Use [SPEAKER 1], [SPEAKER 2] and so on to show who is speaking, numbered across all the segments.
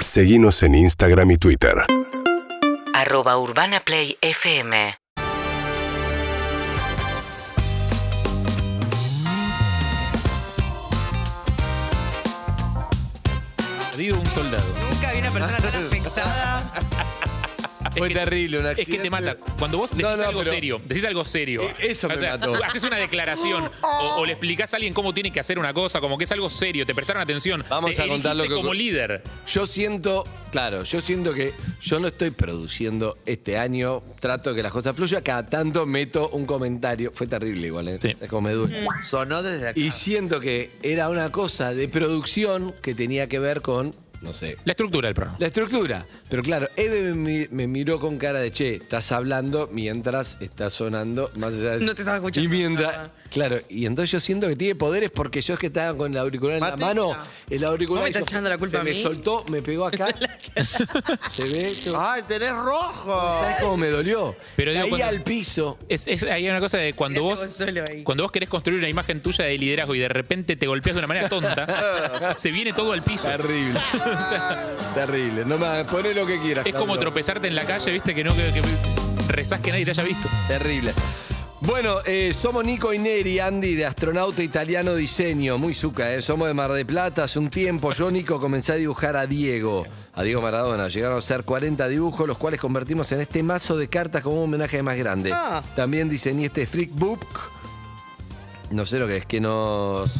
[SPEAKER 1] Seguimos en Instagram y Twitter.
[SPEAKER 2] arroba urbanaplayfm
[SPEAKER 3] Perdido un soldado.
[SPEAKER 4] Nunca vi una persona tan afectada.
[SPEAKER 5] Ah, Fue
[SPEAKER 3] que-
[SPEAKER 5] terrible un
[SPEAKER 3] Es que te
[SPEAKER 5] accidente.
[SPEAKER 3] mata. Cuando vos decís
[SPEAKER 5] No, no,
[SPEAKER 3] algo
[SPEAKER 5] pero-
[SPEAKER 3] serio, decís algo serio.
[SPEAKER 5] Eh, eso me mató. Oh.
[SPEAKER 3] Haces una declaración o, o le explicás a alguien cómo tiene que hacer una cosa, como que es algo serio, te prestaron atención.
[SPEAKER 5] Vamos
[SPEAKER 3] te
[SPEAKER 5] a contar lo
[SPEAKER 3] erigiste
[SPEAKER 5] que
[SPEAKER 3] como
[SPEAKER 5] ocu-
[SPEAKER 3] líder.
[SPEAKER 5] Yo siento, claro, yo siento que yo no estoy produciendo este año, trato que las cosas fluyan, cada tanto meto un comentario, fue terrible igual, ¿eh?
[SPEAKER 3] Sí.
[SPEAKER 5] es como me duele.
[SPEAKER 4] Sonó desde acá.
[SPEAKER 5] Y siento que era una cosa de producción que tenía que ver con, no sé,
[SPEAKER 3] La estructura del programa.
[SPEAKER 5] la estructura. Pero claro, Eve me, me miró con cara de, che, estás hablando mientras está sonando más allá de...
[SPEAKER 4] No te estaba escuchando.
[SPEAKER 5] Y mientras...
[SPEAKER 4] Ah.
[SPEAKER 5] Claro, y entonces yo siento que tiene poderes porque yo es que estaba con el auricular en
[SPEAKER 4] Mati,
[SPEAKER 5] la mano.
[SPEAKER 4] ah.
[SPEAKER 5] El auricular...
[SPEAKER 4] ¿Vos me estás
[SPEAKER 5] hizo-
[SPEAKER 4] echando la culpa
[SPEAKER 5] se
[SPEAKER 4] a
[SPEAKER 5] me
[SPEAKER 4] mí?
[SPEAKER 5] soltó, me pegó acá. se ve esto.
[SPEAKER 4] ¡Ay, tenés rojo!
[SPEAKER 5] ¿Sabes cómo me dolió?
[SPEAKER 3] Pero digo,
[SPEAKER 5] Caí
[SPEAKER 3] cuando-
[SPEAKER 5] al piso.
[SPEAKER 3] Es, es- hay una cosa de cuando
[SPEAKER 4] Mirá,
[SPEAKER 3] vos,
[SPEAKER 4] vos solo ahí.
[SPEAKER 3] cuando vos querés construir una imagen tuya de liderazgo y de repente te golpeas de una manera tonta, se viene todo al piso.
[SPEAKER 5] Terrible,
[SPEAKER 3] O sea,
[SPEAKER 5] terrible. No más, poné lo que quieras.
[SPEAKER 3] es como
[SPEAKER 5] Carlos.
[SPEAKER 3] tropezarte en la calle, viste, que no que, que rezás que nadie te haya visto.
[SPEAKER 5] Terrible. Bueno, eh, somos Nico y Neri, Andy, de astronauta italiano diseño, muy suca, ¿eh? somos de Mar de Plata, hace un tiempo yo, Nico, comencé a dibujar a Diego, a Diego Maradona, llegaron a ser 40 dibujos, los cuales convertimos en este mazo de cartas como un homenaje más grande.
[SPEAKER 4] Ah.
[SPEAKER 5] También diseñé este freak book, no sé lo que es, que nos...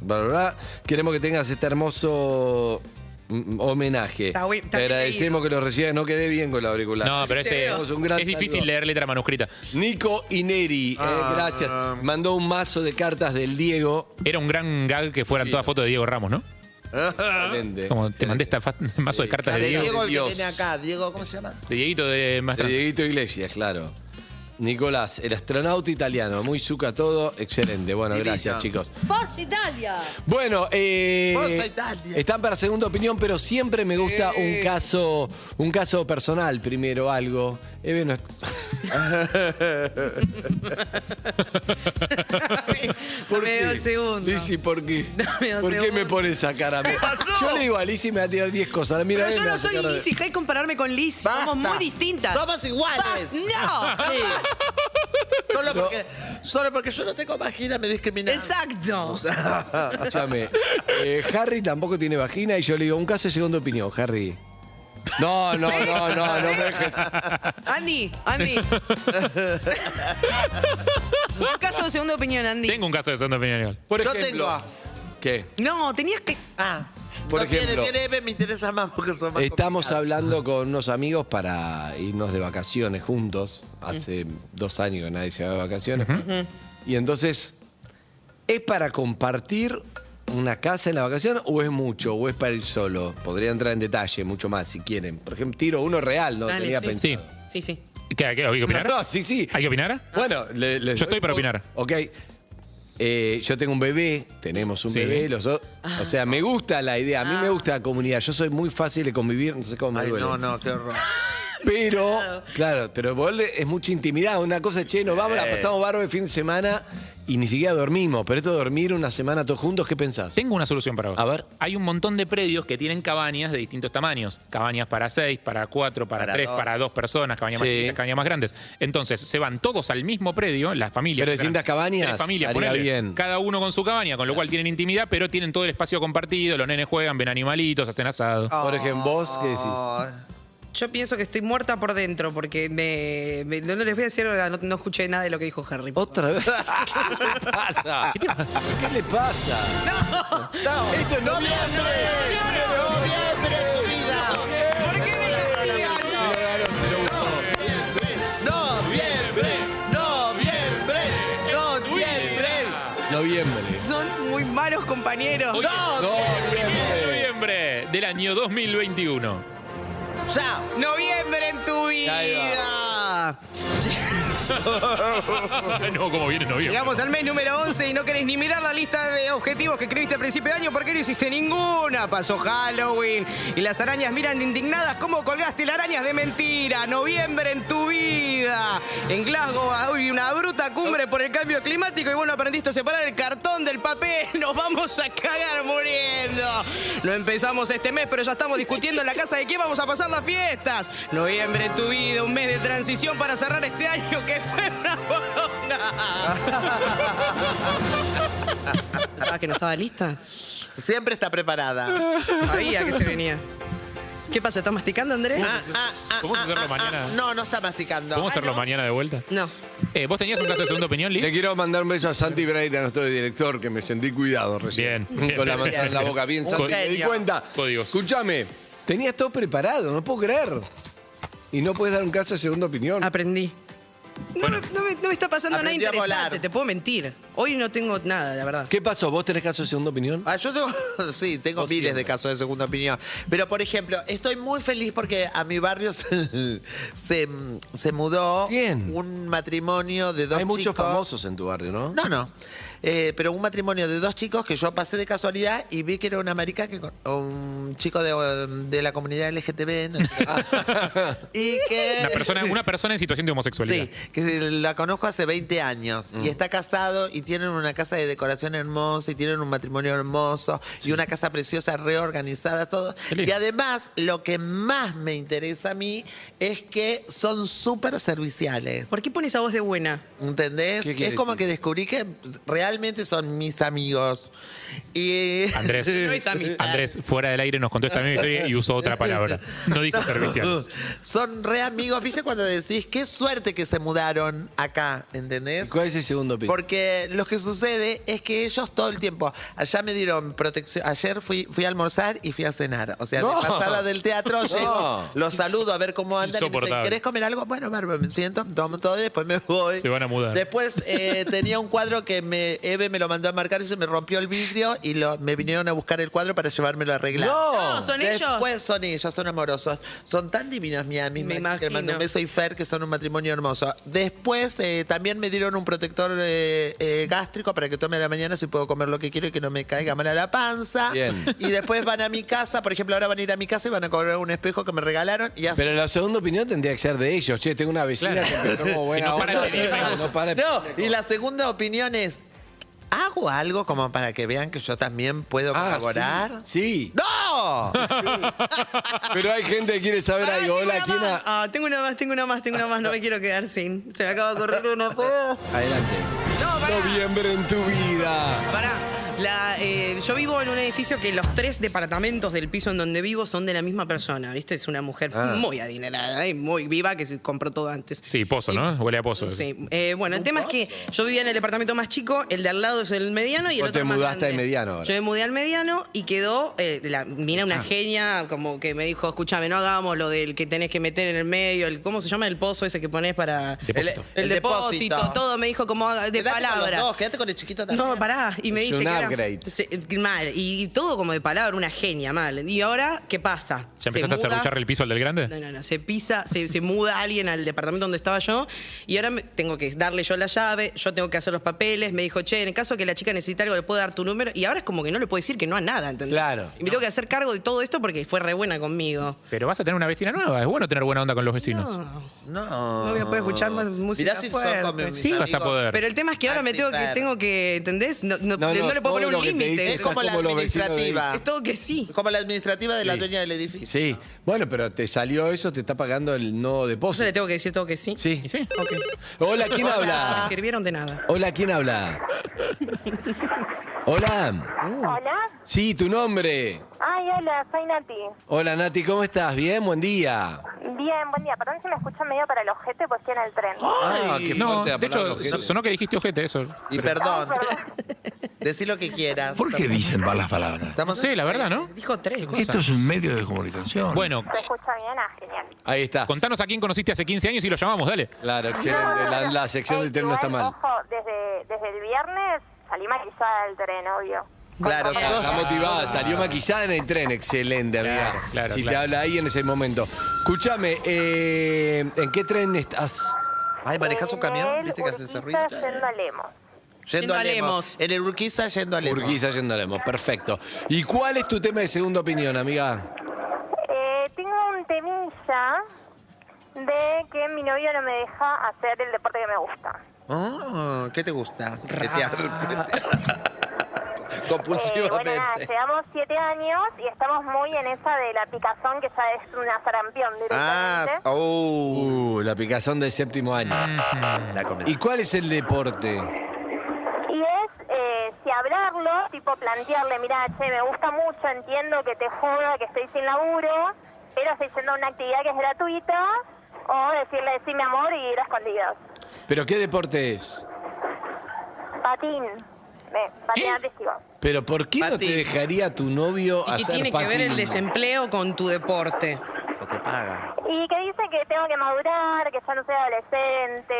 [SPEAKER 5] bla, bla, bla. Queremos que tengas este hermoso mm, homenaje.
[SPEAKER 4] Está buen- está
[SPEAKER 5] Te
[SPEAKER 4] bien
[SPEAKER 5] agradecemos que lo recibas, no quedé bien con el auricular.
[SPEAKER 3] No, pero ese,
[SPEAKER 5] Tenemos un gran
[SPEAKER 3] es difícil
[SPEAKER 5] saludo.
[SPEAKER 3] leer letra manuscrita.
[SPEAKER 5] Nico Ineri, eh,
[SPEAKER 4] Ah,
[SPEAKER 5] gracias. Mandó un mazo de cartas del Diego.
[SPEAKER 3] Era un gran gag que fueran todas fotos de Diego Ramos, ¿no?
[SPEAKER 4] Ah.
[SPEAKER 5] Excelente.
[SPEAKER 3] Como te mandé este mazo de cartas de
[SPEAKER 5] Dale,
[SPEAKER 3] Diego.
[SPEAKER 4] Diego el que
[SPEAKER 5] Dios.
[SPEAKER 4] tiene acá. Diego, ¿cómo se llama?
[SPEAKER 3] De Dieguito de
[SPEAKER 5] De
[SPEAKER 3] Maestranza.
[SPEAKER 5] Dieguito Iglesias, claro. Nicolás, el astronauta italiano, muy suca todo, excelente. Bueno,
[SPEAKER 4] Divino.
[SPEAKER 5] gracias chicos.
[SPEAKER 6] Forza Italia.
[SPEAKER 5] Bueno, eh,
[SPEAKER 4] Forza Italia.
[SPEAKER 5] están para segunda opinión, pero siempre me gusta un caso, un caso personal primero, algo. Eve no es- ¿Por
[SPEAKER 4] Dame
[SPEAKER 5] qué?
[SPEAKER 4] dos segundos.
[SPEAKER 5] Lizzy, ¿por qué?
[SPEAKER 4] Dame dos
[SPEAKER 5] ¿Por qué me
[SPEAKER 4] segundos.
[SPEAKER 5] pones esa cara? a mí? Yo le digo a Lizzy me va a tirar 10 cosas. Mira,
[SPEAKER 4] Pero
[SPEAKER 5] Eve
[SPEAKER 4] yo
[SPEAKER 5] me
[SPEAKER 4] no
[SPEAKER 5] hace
[SPEAKER 4] soy
[SPEAKER 5] cara de-
[SPEAKER 4] Lizzy, hay compararme con Lizzy. Somos muy distintas.
[SPEAKER 7] Somos iguales.
[SPEAKER 4] Bah, ¡No!
[SPEAKER 7] Sí.
[SPEAKER 4] jamás.
[SPEAKER 7] Solo, porque, solo porque yo no tengo vagina me discriminan.
[SPEAKER 4] ¡Exacto!
[SPEAKER 5] Ah, Escúchame, eh, Harry tampoco tiene vagina y yo le digo, un caso de segunda opinión, Harry. No, no, no, no, no me dejes.
[SPEAKER 4] Andy, Andy. Un caso de segunda opinión, Andy.
[SPEAKER 3] Tengo un caso de Santo Peñarol.
[SPEAKER 5] Por
[SPEAKER 7] Yo
[SPEAKER 5] ejemplo,
[SPEAKER 7] tengo A.
[SPEAKER 5] ¿Qué?
[SPEAKER 4] No, tenías que.
[SPEAKER 7] Ah,
[SPEAKER 5] Por
[SPEAKER 7] no tiene,
[SPEAKER 5] ejemplo.
[SPEAKER 7] tiene B, me interesa más porque son más
[SPEAKER 5] Estamos
[SPEAKER 7] complicadas.
[SPEAKER 5] hablando con unos amigos para irnos de vacaciones juntos. Hace dos años que nadie se va de vacaciones. Y entonces, ¿es para compartir una casa en la vacación o es mucho? ¿O es para ir solo? Podría entrar en detalle mucho más si quieren. Por ejemplo, tiro uno real, no
[SPEAKER 4] Dale,
[SPEAKER 5] tenía
[SPEAKER 4] sí.
[SPEAKER 5] pensado.
[SPEAKER 3] Sí.
[SPEAKER 4] Sí, sí.
[SPEAKER 3] ¿Qué, qué, ¿Hay que opinar?
[SPEAKER 5] Ah. No, sí, sí.
[SPEAKER 3] ¿Hay que opinar?
[SPEAKER 5] Bueno, le- les
[SPEAKER 3] Yo
[SPEAKER 5] doy
[SPEAKER 3] estoy para
[SPEAKER 5] un-
[SPEAKER 3] opinar.
[SPEAKER 5] Ok. Eh, yo tengo un bebé, tenemos un
[SPEAKER 3] Sí.
[SPEAKER 5] bebé, los dos. O sea, me gusta la idea, a mí me gusta la comunidad. Yo soy muy fácil de convivir, no sé cómo me
[SPEAKER 7] Ay,
[SPEAKER 5] duele.
[SPEAKER 7] no, no, qué horror.
[SPEAKER 5] Pero, claro, pero vos le- es mucha intimidad. Una cosa, che, nos vamos, la
[SPEAKER 7] Eh.
[SPEAKER 5] pasamos barro el fin de semana y ni siquiera dormimos. Pero esto de dormir una semana todos juntos, ¿qué pensás?
[SPEAKER 3] Tengo una solución para vos.
[SPEAKER 5] A ver.
[SPEAKER 3] Hay un montón de predios que tienen cabañas de distintos tamaños. Cabañas para seis, para cuatro, para,
[SPEAKER 7] Para
[SPEAKER 3] tres,
[SPEAKER 7] dos.
[SPEAKER 3] para dos personas, cabañas más
[SPEAKER 5] Sí.
[SPEAKER 3] chiquitas, cabañas más grandes. Entonces, se van todos al mismo predio, las familias.
[SPEAKER 5] Pero
[SPEAKER 3] que
[SPEAKER 5] distintas
[SPEAKER 3] serán
[SPEAKER 5] cabañas,
[SPEAKER 3] tres familias,
[SPEAKER 5] haría
[SPEAKER 3] ponele.
[SPEAKER 5] bien. Ah.
[SPEAKER 3] Cada uno con su cabaña, con lo cual tienen intimidad, pero tienen todo el espacio compartido, los nenes juegan, ven animalitos, hacen asado.
[SPEAKER 5] Por ejemplo, vos, ¿qué decís?
[SPEAKER 4] Yo pienso que estoy muerta por dentro porque me. me- no, no les voy a decir, no, no escuché nada de lo que dijo Harry.
[SPEAKER 5] ¿Otra vez? ¿Qué le pasa? ¿Qué le pasa?
[SPEAKER 7] No,
[SPEAKER 5] Esto es
[SPEAKER 7] noviembre. Noviembre es tu vida.
[SPEAKER 4] ¿Por qué me la
[SPEAKER 7] Noviembre. Noviembre. Noviembre.
[SPEAKER 5] Noviembre.
[SPEAKER 4] Son muy malos compañeros.
[SPEAKER 7] No,
[SPEAKER 3] Noviembre del año 2021.
[SPEAKER 7] ya.
[SPEAKER 4] Noviembre en tu vida.
[SPEAKER 3] no, como viene noviembre.
[SPEAKER 8] Llegamos al mes número 11 y no querés ni mirar la lista de objetivos que escribiste a principio de año porque no hiciste ninguna. Pasó Halloween y las arañas miran indignadas cómo colgaste las arañas de mentira. Noviembre en tu vida. En Glasgow hay una bruta cumbre por el cambio climático y vos no aprendiste a separar el cartón del papel. Nos vamos a cagar muriendo. No empezamos este mes, pero ya estamos discutiendo en la casa de quién vamos a pasar las fiestas. Noviembre en tu vida, un mes de transición para cerrar este año que fue una poronga. ¿Sabes que no estaba lista?
[SPEAKER 7] Siempre está preparada.
[SPEAKER 8] Sabía que se venía. ¿Qué pasa? ¿Estás masticando, Andrés?
[SPEAKER 7] Ah, ah, ah,
[SPEAKER 3] ¿Podemos
[SPEAKER 7] ah,
[SPEAKER 3] hacerlo
[SPEAKER 7] ah,
[SPEAKER 3] mañana?
[SPEAKER 7] ah. No, no está masticando.
[SPEAKER 3] ¿Vamos a
[SPEAKER 7] Ah,
[SPEAKER 3] hacerlo
[SPEAKER 7] no.
[SPEAKER 3] mañana de vuelta?
[SPEAKER 8] No.
[SPEAKER 3] Eh, ¿Vos tenías un caso de segunda opinión,
[SPEAKER 5] Le
[SPEAKER 3] Liz?
[SPEAKER 5] quiero mandar un beso a Santi Breira, nuestro director, que me sentí cuidado recién.
[SPEAKER 3] Bien, bien,
[SPEAKER 5] Con la
[SPEAKER 3] bien.
[SPEAKER 5] manzana en la boca, bien,
[SPEAKER 7] Un
[SPEAKER 5] Santi, me di
[SPEAKER 7] genio.
[SPEAKER 5] cuenta.
[SPEAKER 3] Códigos.
[SPEAKER 5] Escúchame, tenías todo preparado, no puedo creer. Y no puedes dar un caso de segunda opinión.
[SPEAKER 7] Ah,
[SPEAKER 8] Aprendí. No, me- no me, no me está pasando nada
[SPEAKER 7] Aprendí a
[SPEAKER 8] interesante,
[SPEAKER 7] volar.
[SPEAKER 8] te puedo mentir. Hoy no tengo nada, la verdad.
[SPEAKER 5] ¿Qué pasó? ¿Vos tenés caso de segunda opinión?
[SPEAKER 7] Ah, yo tengo, sí, tengo miles de casos de segunda opinión. Pero, por ejemplo, estoy muy feliz porque a mi barrio se, se, se mudó
[SPEAKER 5] ¿Quién?
[SPEAKER 7] un matrimonio de dos
[SPEAKER 5] Hay muchos
[SPEAKER 7] chicos.
[SPEAKER 5] famosos en tu barrio, ¿no?
[SPEAKER 7] No, no. Eh, pero un matrimonio de dos chicos que yo pasé de casualidad y vi que era una marica, que, con- un chico de, de la comunidad LGTB. no sé qué. y que...
[SPEAKER 3] Una persona, una persona en situación de homosexualidad.
[SPEAKER 7] Sí, que se- la conozco hace 20 años
[SPEAKER 3] Mm.
[SPEAKER 7] y está casado y tienen una casa de decoración hermosa y tienen un matrimonio hermoso y una casa preciosa reorganizada, todo.
[SPEAKER 3] Qué lindo.
[SPEAKER 7] Y además, lo que más me interesa a mí es que son súper serviciales.
[SPEAKER 8] ¿Por qué pones a voz de buena?
[SPEAKER 7] ¿Entendés?
[SPEAKER 5] ¿Qué quiere
[SPEAKER 7] Es como
[SPEAKER 5] decir?
[SPEAKER 7] que descubrí que realmente son mis amigos. Y...
[SPEAKER 8] No es
[SPEAKER 3] Andrés.
[SPEAKER 8] amistad.
[SPEAKER 3] Andrés, fuera del aire, nos contó esta misma historia y usó otra palabra. No dijo serviciales.
[SPEAKER 7] Son re amigos, ¿viste? Cuando decís, qué suerte que se mudaron acá,
[SPEAKER 5] ¿Y
[SPEAKER 7] ¿entendés?
[SPEAKER 5] ¿Cuál es el segundo opinión?
[SPEAKER 7] Porque lo que sucede es que ellos todo el tiempo, allá me dieron protección, ayer fui, fui a almorzar y fui a cenar. O sea,
[SPEAKER 5] No.
[SPEAKER 7] de pasada del teatro llego, los saludo a ver cómo andan y me dicen,
[SPEAKER 3] Insoportable.
[SPEAKER 7] ¿querés comer algo? Bueno, bárbaro, me siento, tomo todo y después me voy.
[SPEAKER 3] Se van a mudar.
[SPEAKER 7] Después eh, tenía un cuadro que me, Eve me lo mandó a marcar y se me rompió el vidrio y lo- me vinieron a buscar el cuadro para llevármelo a arreglar.
[SPEAKER 5] ¡No!
[SPEAKER 8] No, son ellos.
[SPEAKER 7] Después son ellos, son amorosos. Son tan divinos, mi amiga.
[SPEAKER 8] Me
[SPEAKER 7] que le mando
[SPEAKER 8] imagino.
[SPEAKER 7] un beso y Fer, que son un matrimonio hermoso. Después eh, también me dieron un protector eh, eh, gástrico para que tome a la mañana si puedo comer lo que quiero y que no me caiga mal a la panza.
[SPEAKER 5] Bien.
[SPEAKER 7] Y después van a mi casa, por ejemplo, ahora van a ir a mi casa y van a cobrar un espejo que me regalaron y hacen-
[SPEAKER 5] Pero la segunda opinión tendría que ser de ellos. Che, tengo una vecina
[SPEAKER 3] Claro.
[SPEAKER 5] que empezó como buena
[SPEAKER 3] Y no para de
[SPEAKER 5] onda,
[SPEAKER 3] pedirme
[SPEAKER 5] no
[SPEAKER 3] cosas.
[SPEAKER 5] para de-
[SPEAKER 7] No, y la segunda opinión es, ¿hago algo como para que vean que yo también puedo
[SPEAKER 5] Ah, sí.
[SPEAKER 7] colaborar?
[SPEAKER 5] Sí.
[SPEAKER 7] ¡No!
[SPEAKER 5] Pero hay gente que quiere saber algo.
[SPEAKER 8] tengo,
[SPEAKER 5] Hola,
[SPEAKER 8] una
[SPEAKER 5] ¿quién
[SPEAKER 8] más.
[SPEAKER 5] ha-
[SPEAKER 8] Ah, tengo una más, tengo una más, tengo una más. No me quiero quedar sin. Se me acaba de correr una. ¿Puedo?
[SPEAKER 5] Adelante.
[SPEAKER 8] No, pará.
[SPEAKER 5] Noviembre en tu vida.
[SPEAKER 8] Pará. La, eh, yo vivo en un edificio que los tres departamentos del piso en donde vivo son de la misma persona, ¿viste? Es una mujer
[SPEAKER 5] Ah.
[SPEAKER 8] muy adinerada y muy viva que se compró todo antes.
[SPEAKER 3] Sí, pozo, ¿no? Huele a pozo.
[SPEAKER 8] Sí. Eh, bueno, el tema es que yo vivía en el departamento más chico, el de al lado es el mediano y el
[SPEAKER 5] Vos
[SPEAKER 8] otro
[SPEAKER 5] te
[SPEAKER 8] más
[SPEAKER 5] mudaste al
[SPEAKER 8] grande.
[SPEAKER 5] mediano ahora. Ah.
[SPEAKER 8] Yo me mudé al mediano y quedó, eh, la, mira, una genia como que me dijo, escúchame, no hagamos lo del que tenés que meter en el medio, el, ¿cómo se llama el pozo ese que ponés para...
[SPEAKER 3] Depósito.
[SPEAKER 8] El, depósito, todo me dijo como de
[SPEAKER 7] Quédate con los
[SPEAKER 8] palabra.
[SPEAKER 7] dos, quédate con el chiquito también.
[SPEAKER 8] No, pará. Y me
[SPEAKER 5] Es
[SPEAKER 8] dice
[SPEAKER 5] un
[SPEAKER 8] que era-
[SPEAKER 5] upgrade.
[SPEAKER 8] se- mal. Y, todo como de palabra, una genia, mal. Y ahora, ¿qué pasa? Se
[SPEAKER 3] ¿Ya empezaste a
[SPEAKER 8] muda-
[SPEAKER 3] cerruchar el piso al del grande?
[SPEAKER 8] No, no, no. Se pisa, se, se muda alguien al departamento donde estaba yo. Y ahora me- tengo que darle yo la llave, yo tengo que hacer los papeles. Me dijo, che, en el caso que la chica necesite algo, le puedo dar tu número. Y ahora es como que no le puedo decir que no a nada, ¿entendés?
[SPEAKER 5] Claro.
[SPEAKER 8] Y me tengo que hacer cargo de todo esto porque fue re buena conmigo.
[SPEAKER 3] Pero vas a tener una vecina nueva. Es bueno tener buena onda con los vecinos.
[SPEAKER 7] No.
[SPEAKER 8] No voy a poder escuchar más música
[SPEAKER 7] Mirá si
[SPEAKER 8] fuerte.
[SPEAKER 7] son con mi- mis
[SPEAKER 8] Sí,
[SPEAKER 3] vas a
[SPEAKER 7] amigos.
[SPEAKER 3] poder.
[SPEAKER 8] Pero el tema es que ahora me
[SPEAKER 7] Maxi
[SPEAKER 8] tengo que,
[SPEAKER 7] Fer.
[SPEAKER 8] tengo que, ¿entendés? No, no-
[SPEAKER 5] No, no,
[SPEAKER 8] no le
[SPEAKER 5] todo
[SPEAKER 8] puedo poner
[SPEAKER 5] lo
[SPEAKER 8] un
[SPEAKER 5] que te dice
[SPEAKER 8] límite.
[SPEAKER 7] Es como la
[SPEAKER 5] como los vecinos de-
[SPEAKER 7] administrativa.
[SPEAKER 8] Es todo que sí.
[SPEAKER 7] Como la administrativa de la
[SPEAKER 5] Sí.
[SPEAKER 7] dueña del edificio.
[SPEAKER 5] Sí. Bueno, pero te salió eso, te está pagando el no
[SPEAKER 8] Entonces le
[SPEAKER 5] depósito.
[SPEAKER 8] tengo que decir todo que sí.
[SPEAKER 5] Sí.
[SPEAKER 3] ¿Y sí?
[SPEAKER 8] Ok.
[SPEAKER 5] Hola, ¿quién
[SPEAKER 7] Hola.
[SPEAKER 8] No me
[SPEAKER 5] habla?
[SPEAKER 8] sirvieron de nada.
[SPEAKER 5] Hola, ¿quién habla? Hola.
[SPEAKER 6] Hola.
[SPEAKER 5] Sí, tu nombre.
[SPEAKER 6] Ay, hola, soy Nati.
[SPEAKER 5] Hola, Nati, ¿cómo estás? ¿Bien? Buen día.
[SPEAKER 6] Bien, buen día. Perdón si me escuchan medio para el ojete, pues estoy en el tren.
[SPEAKER 5] Ah, qué
[SPEAKER 3] No,
[SPEAKER 5] fuerte la
[SPEAKER 3] de hecho,
[SPEAKER 5] palabra, ojete.
[SPEAKER 3] sonó que dijiste ojete eso.
[SPEAKER 7] Y perdón. Decí lo que quieras.
[SPEAKER 9] ¿Por qué dicen malas palabras?
[SPEAKER 7] Estamos
[SPEAKER 3] Sí, la verdad, ¿no?
[SPEAKER 8] Dijo tres.
[SPEAKER 9] Esto es un medio de comunicación.
[SPEAKER 3] Bueno,
[SPEAKER 6] ¿Se escucha bien? Ah, genial.
[SPEAKER 5] Ahí está.
[SPEAKER 3] contanos a quién conociste hace 15 años y lo llamamos, dale.
[SPEAKER 5] Claro, excelente. La, la sección
[SPEAKER 6] Ey,
[SPEAKER 5] del tren no está
[SPEAKER 6] igual,
[SPEAKER 5] mal.
[SPEAKER 6] Ojo, desde, desde el viernes salí maquillada del tren, obvio.
[SPEAKER 7] Claro,
[SPEAKER 6] Bueno,
[SPEAKER 7] son
[SPEAKER 5] Está
[SPEAKER 7] dos-
[SPEAKER 5] motivada, salió maquillada en el tren. Excelente, amiga.
[SPEAKER 3] Claro, claro,
[SPEAKER 5] si
[SPEAKER 3] claro.
[SPEAKER 5] te habla ahí en ese momento. Escúchame, eh, ¿en qué tren estás?
[SPEAKER 7] Ay, ¿manejás un
[SPEAKER 6] En
[SPEAKER 7] camión?
[SPEAKER 6] el
[SPEAKER 7] ¿Viste que hace ese ruido?
[SPEAKER 6] Urquiza Yendo a Lemos.
[SPEAKER 7] Yendo a Lemos. En el Urquiza yendo a Lemos.
[SPEAKER 5] Urquiza yendo a Lemos, perfecto. ¿Y cuál es tu tema de segunda opinión, amiga?
[SPEAKER 6] Eh, tengo un temilla de que mi novio no me deja hacer el deporte que me gusta.
[SPEAKER 7] Ah, ¿Qué te gusta? Petear, petear.
[SPEAKER 6] Eh, bueno, nada,
[SPEAKER 7] Compulsivamente.
[SPEAKER 6] llevamos siete años y estamos muy en esa de la picazón que ya es una sarampión
[SPEAKER 7] ah,
[SPEAKER 6] directamente.
[SPEAKER 7] oh,
[SPEAKER 5] Uh, la picazón del séptimo año.
[SPEAKER 7] la comida.
[SPEAKER 5] Mm. ¿Y cuál es el deporte?
[SPEAKER 6] Y es eh, si hablarlo, tipo plantearle, mira, che, me gusta mucho, entiendo que te joda, que estoy sin laburo, pero estoy yendo a una actividad que es gratuita, o decirle, sí, mi amor, y ir a escondidas.
[SPEAKER 5] ¿Pero qué deporte es?
[SPEAKER 6] Patín, Ve, patín artístico.
[SPEAKER 5] ¿Pero por qué no te
[SPEAKER 7] Patín.
[SPEAKER 5] dejaría tu novio
[SPEAKER 8] ¿Y
[SPEAKER 5] hacer
[SPEAKER 8] qué tiene que ver el
[SPEAKER 5] patín?
[SPEAKER 8] desempleo con tu deporte?
[SPEAKER 7] Lo que paga.
[SPEAKER 6] Y que dice que tengo que madurar, que ya no soy adolescente.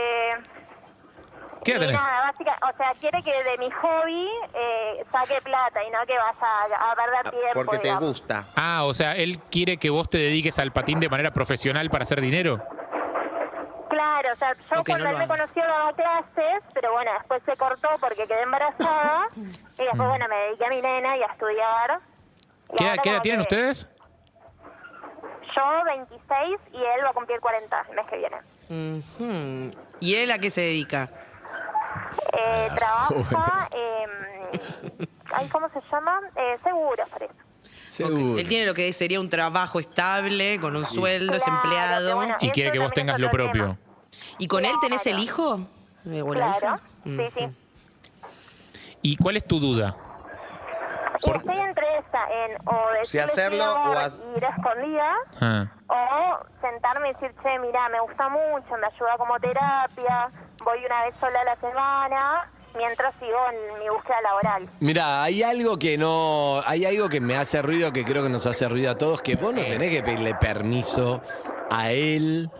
[SPEAKER 3] ¿Qué edad
[SPEAKER 6] y
[SPEAKER 3] tenés?
[SPEAKER 6] nada, básica, o sea, quiere que de mi hobby eh, saque plata y no que vaya a, a perder
[SPEAKER 7] Ah,
[SPEAKER 6] tiempo.
[SPEAKER 7] Porque te
[SPEAKER 6] digamos.
[SPEAKER 7] gusta.
[SPEAKER 3] Ah, o sea, él quiere que vos te dediques al patín de manera profesional para hacer dinero.
[SPEAKER 6] Claro, o sea, yo
[SPEAKER 8] Ok, no
[SPEAKER 6] cuando él
[SPEAKER 8] lo
[SPEAKER 6] me
[SPEAKER 8] hago.
[SPEAKER 6] conoció daba clases, pero bueno, después se cortó porque quedé embarazada. y después, bueno, me dediqué a mi nena y a estudiar. Y
[SPEAKER 3] ¿Qué edad,
[SPEAKER 6] ahora
[SPEAKER 3] qué edad
[SPEAKER 6] como
[SPEAKER 3] tienen
[SPEAKER 6] que
[SPEAKER 3] ustedes?
[SPEAKER 6] Yo 26 y él va a cumplir 40 el mes que viene.
[SPEAKER 8] Ujú. ¿Y él a qué se dedica?
[SPEAKER 6] Eh, trabaja, eh, ay, ¿cómo se llama? Eh, seguros, parece.
[SPEAKER 5] Seguro.
[SPEAKER 8] Ok. Él tiene lo que sería un trabajo estable, con un sueldo, es
[SPEAKER 6] Claro,
[SPEAKER 8] empleado.
[SPEAKER 6] pero bueno.
[SPEAKER 3] Y
[SPEAKER 6] Eso
[SPEAKER 3] quiere que vos
[SPEAKER 6] también
[SPEAKER 3] tengas
[SPEAKER 6] es
[SPEAKER 3] lo
[SPEAKER 6] otro
[SPEAKER 3] propio.
[SPEAKER 8] ¿Y con él tenés el
[SPEAKER 6] Claro.
[SPEAKER 8] hijo? Eh, ¿O la
[SPEAKER 6] Claro,
[SPEAKER 8] hija? Mm.
[SPEAKER 6] sí, sí.
[SPEAKER 3] ¿Y cuál es tu duda?
[SPEAKER 6] Y estoy entre esa, en o decirle
[SPEAKER 7] Si hacerlo
[SPEAKER 6] sí, amor,
[SPEAKER 7] o haz-
[SPEAKER 6] ir a escondida,
[SPEAKER 3] Ah.
[SPEAKER 6] o sentarme y decir, che, mira, me gusta mucho, me ayuda como terapia, voy una vez sola a la semana, mientras sigo en mi búsqueda laboral.
[SPEAKER 5] Mira, hay algo que no, hay algo que me hace ruido, que creo que nos hace ruido a todos, que vos no tenés que pedirle permiso a él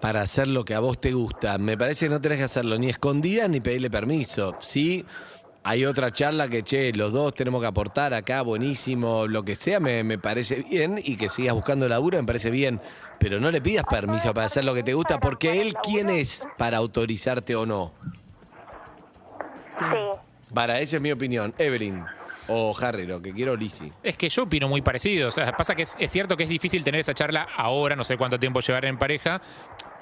[SPEAKER 5] para hacer lo que a vos te gusta. Me parece que no tenés que hacerlo ni escondidas ni pedirle permiso. Sí, hay otra charla que, che, los dos tenemos que aportar acá, buenísimo, lo que sea, me, me parece bien y que sigas buscando laburo, me parece bien. Pero no le pidas permiso para hacer lo que te gusta, porque él, ¿quién es para autorizarte o no?
[SPEAKER 6] Sí.
[SPEAKER 5] Para, esa es mi opinión. Evelyn o Harry, lo que quiero Lisi.
[SPEAKER 3] Es que yo opino muy parecido. O sea, pasa que es, es cierto que es difícil tener esa charla ahora, no sé cuánto tiempo llevar en pareja,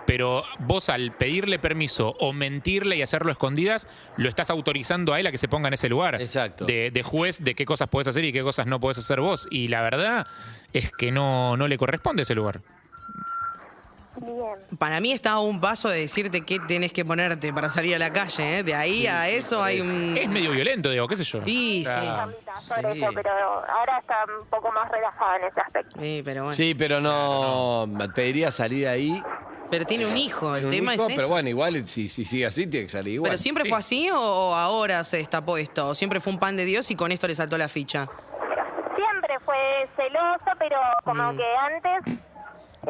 [SPEAKER 3] pero vos al pedirle permiso o mentirle y hacerlo a escondidas, lo estás autorizando a él a que se ponga en ese lugar.
[SPEAKER 5] Exacto.
[SPEAKER 3] De, de juez de qué cosas podés hacer y qué cosas no podés hacer vos. Y la verdad es que no, no le corresponde ese lugar.
[SPEAKER 6] Bien.
[SPEAKER 8] Para mí está a un paso de decirte qué tenés que ponerte para salir a la calle. ¿eh? De ahí a eso hay un...
[SPEAKER 3] Es medio violento, digo, qué sé yo.
[SPEAKER 8] Sí, sí.
[SPEAKER 6] Carlita, Por eso, pero ahora está un poco más relajada en ese aspecto.
[SPEAKER 8] Sí, pero bueno.
[SPEAKER 5] Sí, pero no, te diría salir ahí.
[SPEAKER 8] Pero tiene un hijo, el
[SPEAKER 5] con un
[SPEAKER 8] tema
[SPEAKER 5] hijo,
[SPEAKER 8] es
[SPEAKER 5] Pero
[SPEAKER 8] eso.
[SPEAKER 5] bueno, igual si, si sigue así, tiene que salir igual.
[SPEAKER 8] ¿Pero siempre
[SPEAKER 3] sí.
[SPEAKER 8] fue así o, o ahora se destapó esto? ¿O siempre fue un pan de Dios y con esto le saltó la ficha?
[SPEAKER 6] Siempre fue celosa, pero como que antes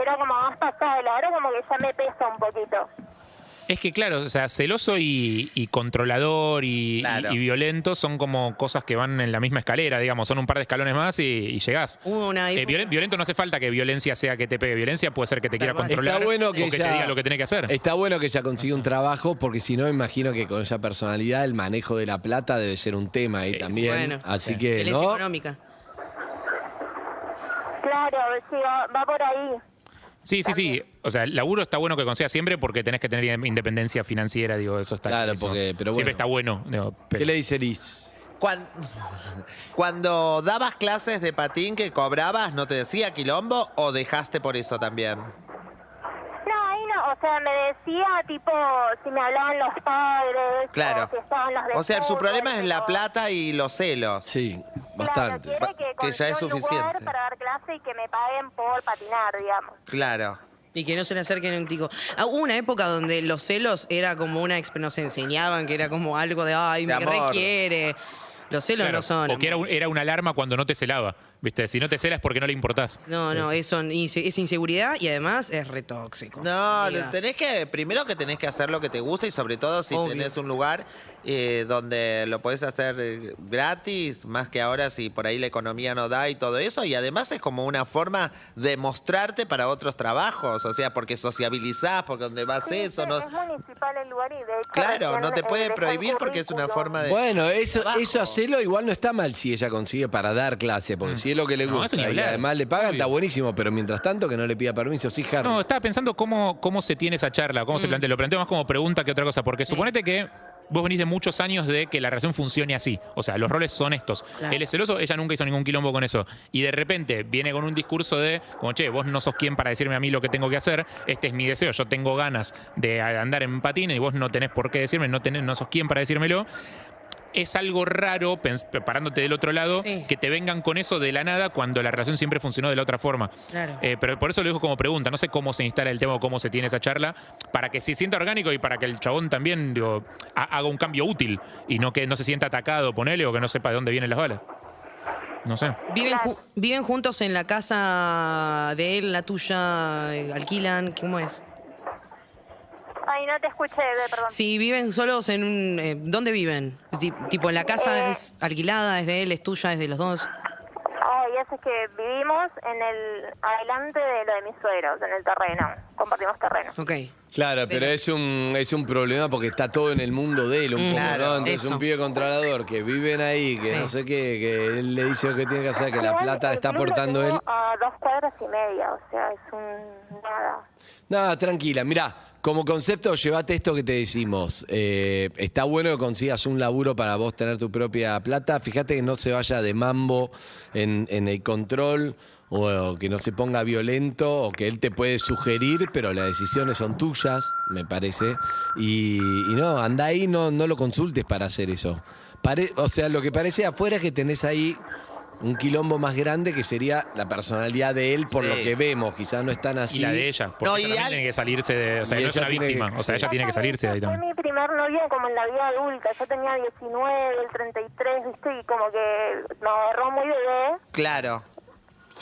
[SPEAKER 6] era como más pasable, ahora como que ya me pesa un poquito.
[SPEAKER 3] Es que claro, o sea, celoso y, y controlador y, y-
[SPEAKER 7] Claro.
[SPEAKER 3] y violento son como cosas que van en la misma escalera, digamos, son un par de escalones más y, y llegás.
[SPEAKER 8] Hubo una
[SPEAKER 3] Eh,
[SPEAKER 8] época-
[SPEAKER 3] violen- violento no hace falta que violencia sea que te pegue violencia, puede ser que te quiera
[SPEAKER 8] Está
[SPEAKER 3] controlar
[SPEAKER 5] bueno que
[SPEAKER 3] o que
[SPEAKER 5] ya-
[SPEAKER 3] te diga lo que tiene que hacer.
[SPEAKER 5] Está bueno que ya consiga un trabajo, porque si no, me imagino que con esa personalidad el manejo de la plata debe ser un tema ahí
[SPEAKER 3] Eh,
[SPEAKER 5] también.
[SPEAKER 8] bueno.
[SPEAKER 5] Así que,
[SPEAKER 8] Él es
[SPEAKER 5] ¿no?
[SPEAKER 8] económica.
[SPEAKER 6] Claro, sí, va, va por ahí.
[SPEAKER 3] Sí, sí, sí. O sea, el laburo está bueno que consigas siempre porque tenés que tener in- independencia financiera, digo, eso está
[SPEAKER 5] Claro,
[SPEAKER 3] clarísimo.
[SPEAKER 5] porque- pero
[SPEAKER 3] Siempre
[SPEAKER 5] bueno.
[SPEAKER 3] está bueno. digo, pero-
[SPEAKER 5] ¿Qué le dice Liz?
[SPEAKER 7] Cuan- Cuando dabas clases de patín que cobrabas, ¿no te decía quilombo o dejaste por eso también?
[SPEAKER 6] No, ahí no, o sea, me decía tipo si me hablaban los padres, o
[SPEAKER 7] Claro.
[SPEAKER 6] si estaban los de
[SPEAKER 7] O sea, su
[SPEAKER 6] fútbol,
[SPEAKER 7] problema es la
[SPEAKER 6] tipo,
[SPEAKER 7] plata y los celos.
[SPEAKER 5] Sí,
[SPEAKER 6] claro,
[SPEAKER 5] bastante.
[SPEAKER 6] quiere que,
[SPEAKER 7] Que ya
[SPEAKER 6] consiga
[SPEAKER 7] es
[SPEAKER 6] un lugar
[SPEAKER 7] suficiente.
[SPEAKER 6] para dar clase y que me paguen por patinar, digamos.
[SPEAKER 7] Claro.
[SPEAKER 8] Y que no se le acerquen a un tico. Ah, Hubo una época donde los celos era como una... exp- Nos enseñaban que era como algo de,
[SPEAKER 7] De
[SPEAKER 8] ay, me
[SPEAKER 7] amor.
[SPEAKER 8] requiere. Los celos
[SPEAKER 3] claro,
[SPEAKER 8] no son...
[SPEAKER 3] o que era, un- era una alarma cuando no te celaba. ¿Viste? Si no te celas porque no le importás.
[SPEAKER 8] No, no, eso inse- es inseguridad y además es re tóxico.
[SPEAKER 7] No,
[SPEAKER 8] Amiga.
[SPEAKER 7] lo tenés que, primero que tenés que hacer lo que te gusta y sobre todo si
[SPEAKER 8] Obvio.
[SPEAKER 7] tenés un lugar eh, donde lo podés hacer eh, gratis, más que ahora si por ahí la economía no da y todo eso. Y además es como una forma de mostrarte para otros trabajos, o sea, porque sociabilizás, porque donde vas
[SPEAKER 6] Sí,
[SPEAKER 7] eso,
[SPEAKER 6] sí,
[SPEAKER 7] no...
[SPEAKER 6] Es municipal el lugar y de hecho
[SPEAKER 7] Claro,
[SPEAKER 6] recién,
[SPEAKER 7] no te
[SPEAKER 6] eh,
[SPEAKER 7] pueden
[SPEAKER 6] dejan
[SPEAKER 7] prohibir porque es una
[SPEAKER 6] currículum.
[SPEAKER 7] forma de...
[SPEAKER 5] Bueno, eso,
[SPEAKER 7] trabajo.
[SPEAKER 5] eso hacerlo igual no está mal si ella consigue para dar clase, porque si es lo que le
[SPEAKER 3] Mm. No, eso
[SPEAKER 5] gusta
[SPEAKER 3] ni
[SPEAKER 5] y
[SPEAKER 3] hablar.
[SPEAKER 5] además le pagan,
[SPEAKER 3] Obvio.
[SPEAKER 5] está buenísimo, pero mientras tanto que no le pida permiso, sí, Harry.
[SPEAKER 3] No, estaba pensando cómo, cómo se tiene esa charla, cómo se
[SPEAKER 8] Mm.
[SPEAKER 3] plantea. Lo planteo más como pregunta que otra cosa, porque suponete que vos venís de muchos años de que la relación funcione así. O sea, los roles son estos.
[SPEAKER 8] Claro.
[SPEAKER 3] Él es celoso, ella nunca hizo ningún quilombo con eso. Y de repente viene con un discurso de, como, che, vos no sos quien para decirme a mí lo que tengo que hacer, este es mi deseo, yo tengo ganas de andar en patina y vos no tenés por qué decirme, no, tenés, no sos quien para decírmelo. Es algo raro, pens- parándote del otro lado,
[SPEAKER 8] Sí.
[SPEAKER 3] que te vengan con eso de la nada cuando la relación siempre funcionó de la otra forma.
[SPEAKER 8] Claro.
[SPEAKER 3] Eh, pero por eso lo digo como pregunta. No sé cómo se instala el tema o cómo se tiene esa charla para que se sienta orgánico y para que el chabón también digo, ha- haga un cambio útil y no que no se sienta atacado, ponele, o que no sepa de dónde vienen las balas. No sé.
[SPEAKER 8] Viven, ju- viven juntos en la casa de él, la tuya, eh, alquilan, ¿cómo es?
[SPEAKER 6] Ay, no te escuché, Eve, perdón.
[SPEAKER 8] Si viven solos en un... eh, ¿Dónde viven? Ti- tipo, en la casa
[SPEAKER 6] Eh.
[SPEAKER 8] es alquilada, es de él, es tuya, es de los dos.
[SPEAKER 6] Ay, eso es que vivimos en el adelante de lo de mis suegros, en el terreno. Compartimos terreno.
[SPEAKER 8] Ok.
[SPEAKER 5] Claro, pero es un, es un problema porque está todo en el mundo de él, un poco,
[SPEAKER 7] Claro.
[SPEAKER 5] ¿no? Entonces
[SPEAKER 8] Eso.
[SPEAKER 5] un pibe controlador que viven ahí, que
[SPEAKER 8] Sí.
[SPEAKER 5] no sé qué, que él le dice lo que tiene que hacer, que la
[SPEAKER 6] Igual,
[SPEAKER 5] plata
[SPEAKER 6] el
[SPEAKER 5] está
[SPEAKER 6] club lo
[SPEAKER 5] aportando él.
[SPEAKER 6] tengo A dos cuadras y media, o sea, es un nada.
[SPEAKER 5] Nada, tranquila. Mirá, como concepto, llévate esto que te decimos. Eh, está bueno que consigas un laburo para vos tener tu propia plata. Fíjate que no se vaya de mambo en, en el control o, o que no se ponga violento o que él te puede sugerir, pero las decisiones son tuyas, me parece. Y, y no, anda ahí, no, no lo consultes para hacer eso. Pare- o sea, lo que parece de afuera es que tenés ahí un quilombo más grande que sería la personalidad de él por
[SPEAKER 7] Sí.
[SPEAKER 5] lo que vemos. Quizás no es tan así.
[SPEAKER 3] Y la de ella. Porque
[SPEAKER 7] No,
[SPEAKER 3] ella también
[SPEAKER 7] ideal-
[SPEAKER 3] tiene que salirse de. O sea,
[SPEAKER 5] Y
[SPEAKER 3] no es
[SPEAKER 5] ella
[SPEAKER 3] una
[SPEAKER 5] tiene que-
[SPEAKER 3] víctima. O sea, ella tiene que salirse de ahí
[SPEAKER 6] Fue
[SPEAKER 3] también.
[SPEAKER 6] mi primer novio como en la vida adulta. Yo tenía 19, el 33, ¿viste? Y como que me agarró muy bebé.
[SPEAKER 7] Claro.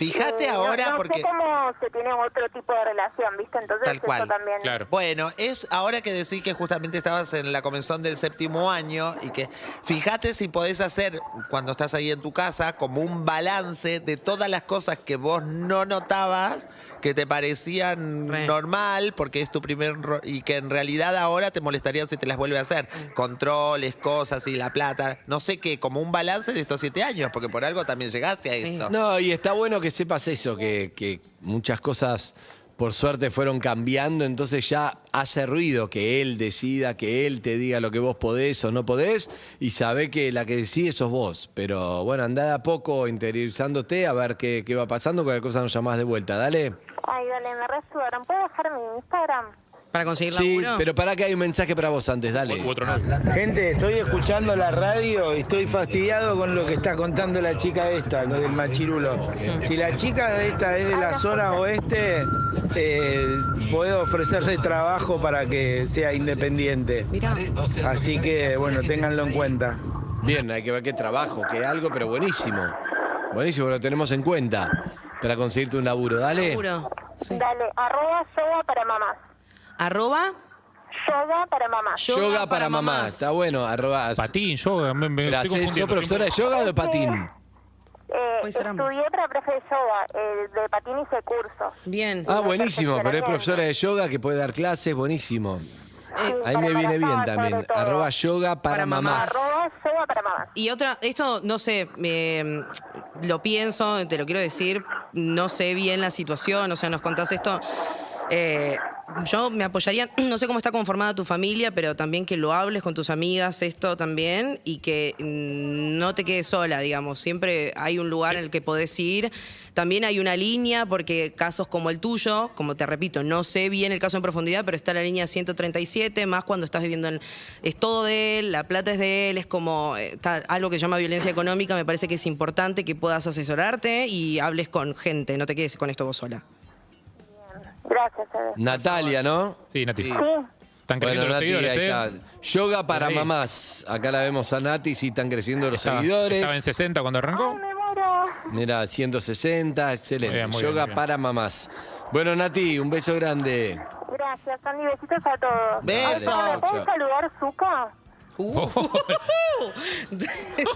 [SPEAKER 6] Y
[SPEAKER 7] Fíjate
[SPEAKER 6] Eh, no-
[SPEAKER 7] ahora
[SPEAKER 6] no
[SPEAKER 7] porque...
[SPEAKER 6] sé cómo se tiene otro tipo de relación, ¿viste? Entonces
[SPEAKER 7] Tal cual,
[SPEAKER 6] eso también...
[SPEAKER 3] Claro.
[SPEAKER 7] Bueno, es ahora que decís que justamente estabas en la comenzón del séptimo año y que fíjate si podés hacer cuando estás ahí en tu casa como un balance de todas las cosas que vos no notabas que te parecían
[SPEAKER 8] Re.
[SPEAKER 7] normal porque es tu primer ro- y que en realidad ahora te molestarían si te las vuelve a hacer. Controles, cosas y la plata, no sé qué, como un balance de estos siete años porque por algo también llegaste a esto.
[SPEAKER 5] No, y está bueno que sepas eso, que, que muchas cosas por suerte fueron cambiando, entonces ya hace ruido que él decida, que él te diga lo que vos podés o no podés, y sabe que la que decide sos vos. Pero bueno, andá de a poco interiorizándote a ver qué, qué va pasando, cualquier cosa nos llamás de vuelta, dale.
[SPEAKER 6] Ay, dale, me resudaron. ¿Puedo dejar mi Instagram?
[SPEAKER 8] Para conseguir
[SPEAKER 5] Sí,
[SPEAKER 8] laburo.
[SPEAKER 5] pero para que hay un mensaje para vos antes, dale.
[SPEAKER 3] U- u otro novio.
[SPEAKER 9] Gente, estoy escuchando la radio y estoy fastidiado con lo que está contando la chica esta, lo del machirulo. Si la chica de esta es de la zona oeste, eh, puedo ofrecerle trabajo para que sea independiente.
[SPEAKER 8] Mirá.
[SPEAKER 9] Así que, bueno, ténganlo en cuenta.
[SPEAKER 5] Bien, hay que ver qué trabajo, qué algo, pero buenísimo. Buenísimo, lo tenemos en cuenta para conseguirte un laburo, dale.
[SPEAKER 8] Seguro. Sí.
[SPEAKER 6] Dale, arroba yoga para mamás.
[SPEAKER 8] Arroba
[SPEAKER 6] Yoga para mamás.
[SPEAKER 8] Yoga
[SPEAKER 5] Yoga,
[SPEAKER 8] para
[SPEAKER 5] para, mamá.
[SPEAKER 8] mamás.
[SPEAKER 5] Está bueno, arroba.
[SPEAKER 3] Patín, yo. eh, Me, me
[SPEAKER 5] Pero
[SPEAKER 3] estoy
[SPEAKER 5] ¿hacés- ¿Sos
[SPEAKER 3] confundiendo.
[SPEAKER 5] profesora de yoga o de patín?
[SPEAKER 6] Eh,
[SPEAKER 8] Puede ser ambos.
[SPEAKER 6] estudié para profe de yoga, eh, de patín hice curso.
[SPEAKER 8] Bien.
[SPEAKER 5] Ah, buenísimo. Pero es
[SPEAKER 6] Perfeccionamiento.
[SPEAKER 5] profesora de yoga que puede dar clases, buenísimo.
[SPEAKER 6] Sí,
[SPEAKER 5] Ahí
[SPEAKER 6] para
[SPEAKER 5] me viene
[SPEAKER 6] embarazada,
[SPEAKER 5] bien
[SPEAKER 6] sobre
[SPEAKER 5] también.
[SPEAKER 6] todo.
[SPEAKER 5] Arroba yoga para,
[SPEAKER 8] Para mamás.
[SPEAKER 5] mamás.
[SPEAKER 6] Arroba yoga para mamás.
[SPEAKER 8] Y otra, esto no sé, eh, lo pienso, te lo quiero decir, no sé bien la situación, o sea, nos contás esto. eh, yo me apoyaría, no sé cómo está conformada tu familia, pero también que lo hables con tus amigas, esto también, y que mm, no te quedes sola, digamos. Siempre hay un lugar en el que podés ir. También hay una línea, porque casos como el tuyo, como te repito, no sé bien el caso en profundidad, pero está la línea 137, más cuando estás viviendo en. Es todo de él, la plata es de él, es como. eh, está algo que se llama violencia económica, me parece que es importante que puedas asesorarte y hables con gente, no te quedes con esto vos sola.
[SPEAKER 6] Gracias, Eve.
[SPEAKER 5] Natalia, ¿no?
[SPEAKER 3] Sí, Nati.
[SPEAKER 6] Sí,
[SPEAKER 3] Están creciendo los seguidores,
[SPEAKER 5] ahí
[SPEAKER 3] ¿eh?
[SPEAKER 5] está. Yoga para
[SPEAKER 3] Sí.
[SPEAKER 5] mamás. Acá la vemos a Nati, sí, están creciendo los
[SPEAKER 3] Estaba-
[SPEAKER 5] seguidores.
[SPEAKER 3] Estaba en 60 cuando
[SPEAKER 6] Ay,
[SPEAKER 3] arrancó.
[SPEAKER 6] me muero.
[SPEAKER 5] Mira, 160, excelente.
[SPEAKER 3] Muy bien, muy bien,
[SPEAKER 5] Yoga
[SPEAKER 3] muy bien.
[SPEAKER 5] para mamás. Bueno, Nati, un beso grande.
[SPEAKER 6] Gracias, Andy. Besitos a todos.
[SPEAKER 7] Besos.
[SPEAKER 6] Oye,
[SPEAKER 3] Oh,
[SPEAKER 5] Chao.
[SPEAKER 6] ¿Me pueden saludar, Zuko?
[SPEAKER 8] Uh.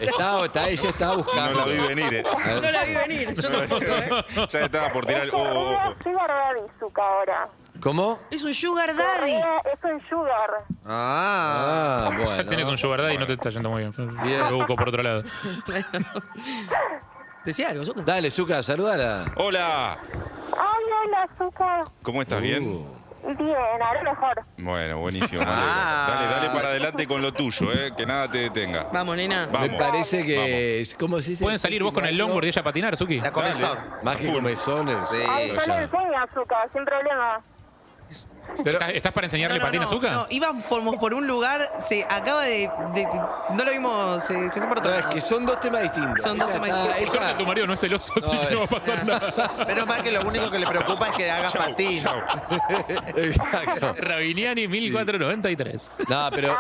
[SPEAKER 5] Está, está- ella está
[SPEAKER 10] No la
[SPEAKER 5] buscando.
[SPEAKER 10] vi venir, eh.
[SPEAKER 8] no la vi venir, yo tampoco, ¿eh?
[SPEAKER 10] Ya estaba por tirar.
[SPEAKER 6] Es
[SPEAKER 10] Oh, oh, oh.
[SPEAKER 6] un sugar daddy, Zuko, ahora.
[SPEAKER 5] ¿Cómo?
[SPEAKER 8] Es un sugar daddy.
[SPEAKER 6] Correa Es un sugar.
[SPEAKER 7] Ah.
[SPEAKER 5] Ah, bueno.
[SPEAKER 3] Ya tienes un sugar daddy y no te está yendo muy bien.
[SPEAKER 5] Bien.
[SPEAKER 3] Lo busco por otro lado.
[SPEAKER 8] Decía algo, Zucca.
[SPEAKER 5] Dale, Zuka, saludala.
[SPEAKER 10] Hola.
[SPEAKER 6] Ay, hola, Zuko.
[SPEAKER 10] ¿Cómo estás? ¿Bien?
[SPEAKER 6] Bien, ahora mejor.
[SPEAKER 3] Eh,
[SPEAKER 10] Bueno, buenísimo. me alegro.
[SPEAKER 7] Ah.
[SPEAKER 10] Dale, dale para adelante con lo tuyo, eh, que nada te detenga.
[SPEAKER 8] Vamos, nena.
[SPEAKER 10] Vamos.
[SPEAKER 5] Me parece
[SPEAKER 10] Vamos.
[SPEAKER 5] que. es- ¿Cómo se dice?
[SPEAKER 3] Pueden salir vos con el longboard eh. y ella a patinar, Suki.
[SPEAKER 7] La comenzó.
[SPEAKER 5] Mágico mesones.
[SPEAKER 6] Ay,
[SPEAKER 7] Sí,
[SPEAKER 6] yo le enseño a Zuko, sin problema.
[SPEAKER 5] Pero,
[SPEAKER 3] ¿Estás, estás para enseñarle
[SPEAKER 8] No, no,
[SPEAKER 3] patín a
[SPEAKER 8] no,
[SPEAKER 3] Zucca?
[SPEAKER 8] no, iba por, por un lugar, se acaba de, de- No lo vimos, se, se fue por otro
[SPEAKER 5] no, es
[SPEAKER 8] lado.
[SPEAKER 5] que son dos temas distintos.
[SPEAKER 8] Son dos
[SPEAKER 5] Ella
[SPEAKER 8] temas
[SPEAKER 5] está-
[SPEAKER 3] Por suerte tu
[SPEAKER 5] ella-
[SPEAKER 3] marido no es celoso, así
[SPEAKER 5] No, eh.
[SPEAKER 3] que no va a pasar nada.
[SPEAKER 7] Menos mal que lo único que le preocupa es que hagas
[SPEAKER 10] Chau,
[SPEAKER 7] patín.
[SPEAKER 10] chau.
[SPEAKER 5] Exacto.
[SPEAKER 3] Rabiniani 1493.
[SPEAKER 5] No, pero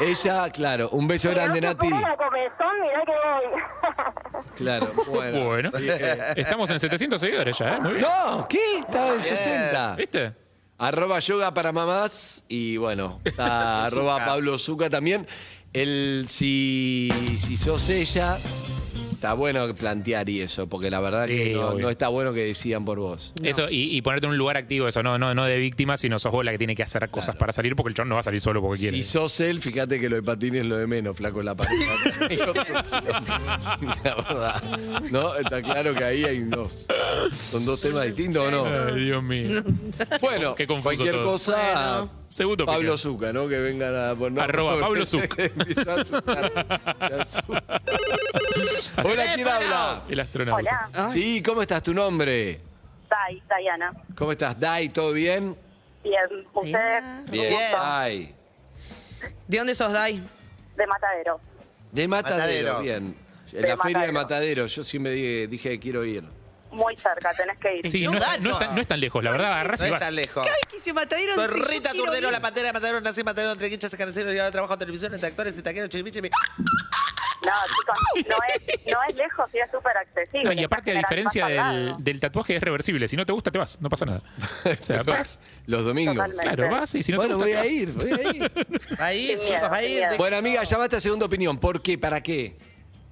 [SPEAKER 5] ella, claro, un beso grande,
[SPEAKER 6] no
[SPEAKER 5] Nati.
[SPEAKER 6] la comezón, mirá que voy.
[SPEAKER 5] Claro, bueno.
[SPEAKER 3] Bueno, eh, estamos en 700 seguidores ya, ¿eh? Muy bien.
[SPEAKER 5] No, ¿qué? Estaba en 60.
[SPEAKER 3] ¿Viste?
[SPEAKER 5] Arroba yoga para mamás y bueno, está arroba Pablo Zuca también. El, si, si sos ella, está bueno plantear y eso, porque la verdad
[SPEAKER 3] Sí,
[SPEAKER 5] que no,
[SPEAKER 3] obvio.
[SPEAKER 5] no está bueno que decidan por vos.
[SPEAKER 3] Eso, y, y ponerte en un lugar activo, eso, no, no, no de víctima, sino sos vos la que tiene que hacer cosas para salir, porque el chon no va a salir solo porque quiere.
[SPEAKER 5] Si sos él, fíjate que lo de patines es lo de menos, flaco la pareja. la verdad. No, está claro que ahí hay dos. Son dos temas distintos o no.
[SPEAKER 3] Ay, Dios mío.
[SPEAKER 5] Bueno,
[SPEAKER 3] Qué confuso
[SPEAKER 5] cualquier
[SPEAKER 3] todo.
[SPEAKER 5] cosa.
[SPEAKER 3] Segundo
[SPEAKER 5] Pablo
[SPEAKER 3] opinión.
[SPEAKER 5] Zuca, ¿no? Que vengan a poner.
[SPEAKER 3] Arroba Pablo Zucca.
[SPEAKER 5] Empieza a asustarse, se asusta. Hola, ¿quién habla?
[SPEAKER 3] El astronauta.
[SPEAKER 8] Ay.
[SPEAKER 5] Sí, ¿cómo estás? ¿Tu nombre?
[SPEAKER 6] Dai, Diana.
[SPEAKER 5] ¿Cómo estás, Dai? ¿Todo bien?
[SPEAKER 6] Bien,
[SPEAKER 8] ustedes,
[SPEAKER 7] Bien.
[SPEAKER 5] Dai.
[SPEAKER 8] ¿De dónde sos, Dai?
[SPEAKER 6] de Matadero.
[SPEAKER 5] De Matadero,
[SPEAKER 7] Matadero.
[SPEAKER 5] bien. En
[SPEAKER 6] De
[SPEAKER 5] la feria de
[SPEAKER 6] Matadero.
[SPEAKER 5] Matadero, yo siempre dije, dije que quiero ir.
[SPEAKER 6] Muy cerca, tenés que ir.
[SPEAKER 3] Sí, no,
[SPEAKER 7] Qué
[SPEAKER 3] es- no es
[SPEAKER 7] dato.
[SPEAKER 3] tan, no es tan lejos, la verdad, agarrás
[SPEAKER 7] No
[SPEAKER 3] y
[SPEAKER 7] es
[SPEAKER 3] vas.
[SPEAKER 7] tan lejos.
[SPEAKER 8] Ay, que se mataron.
[SPEAKER 7] Soy
[SPEAKER 8] sí, yo
[SPEAKER 7] Rita
[SPEAKER 8] quiero
[SPEAKER 7] Turdero,
[SPEAKER 8] ir.
[SPEAKER 7] la patera de Matadero, nací en Matadero, entre quinchas, carnicero, y ahora trabajo en televisión, entre actores y taqueros, chiripichi. mi-
[SPEAKER 6] No, chicos, no es, no es lejos y es súper accesible.
[SPEAKER 3] No, y aparte, a
[SPEAKER 6] Está
[SPEAKER 3] diferencia
[SPEAKER 6] al
[SPEAKER 3] del,
[SPEAKER 6] lado.
[SPEAKER 3] del tatuaje, es reversible. Si no te gusta, te vas, no pasa nada. O sea, vas,
[SPEAKER 5] Los domingos.
[SPEAKER 6] Totalmente.
[SPEAKER 3] claro, vas y si no
[SPEAKER 5] Bueno,
[SPEAKER 3] te
[SPEAKER 5] voy
[SPEAKER 3] gusta.
[SPEAKER 5] a ir, voy a ir.
[SPEAKER 7] Va a ir,
[SPEAKER 6] Qué
[SPEAKER 7] chicos,
[SPEAKER 6] miedo,
[SPEAKER 7] va a
[SPEAKER 6] qué
[SPEAKER 7] ir.
[SPEAKER 6] miedo.
[SPEAKER 5] Bueno, amiga, llamaste a segunda opinión. ¿Por qué? ¿Para qué?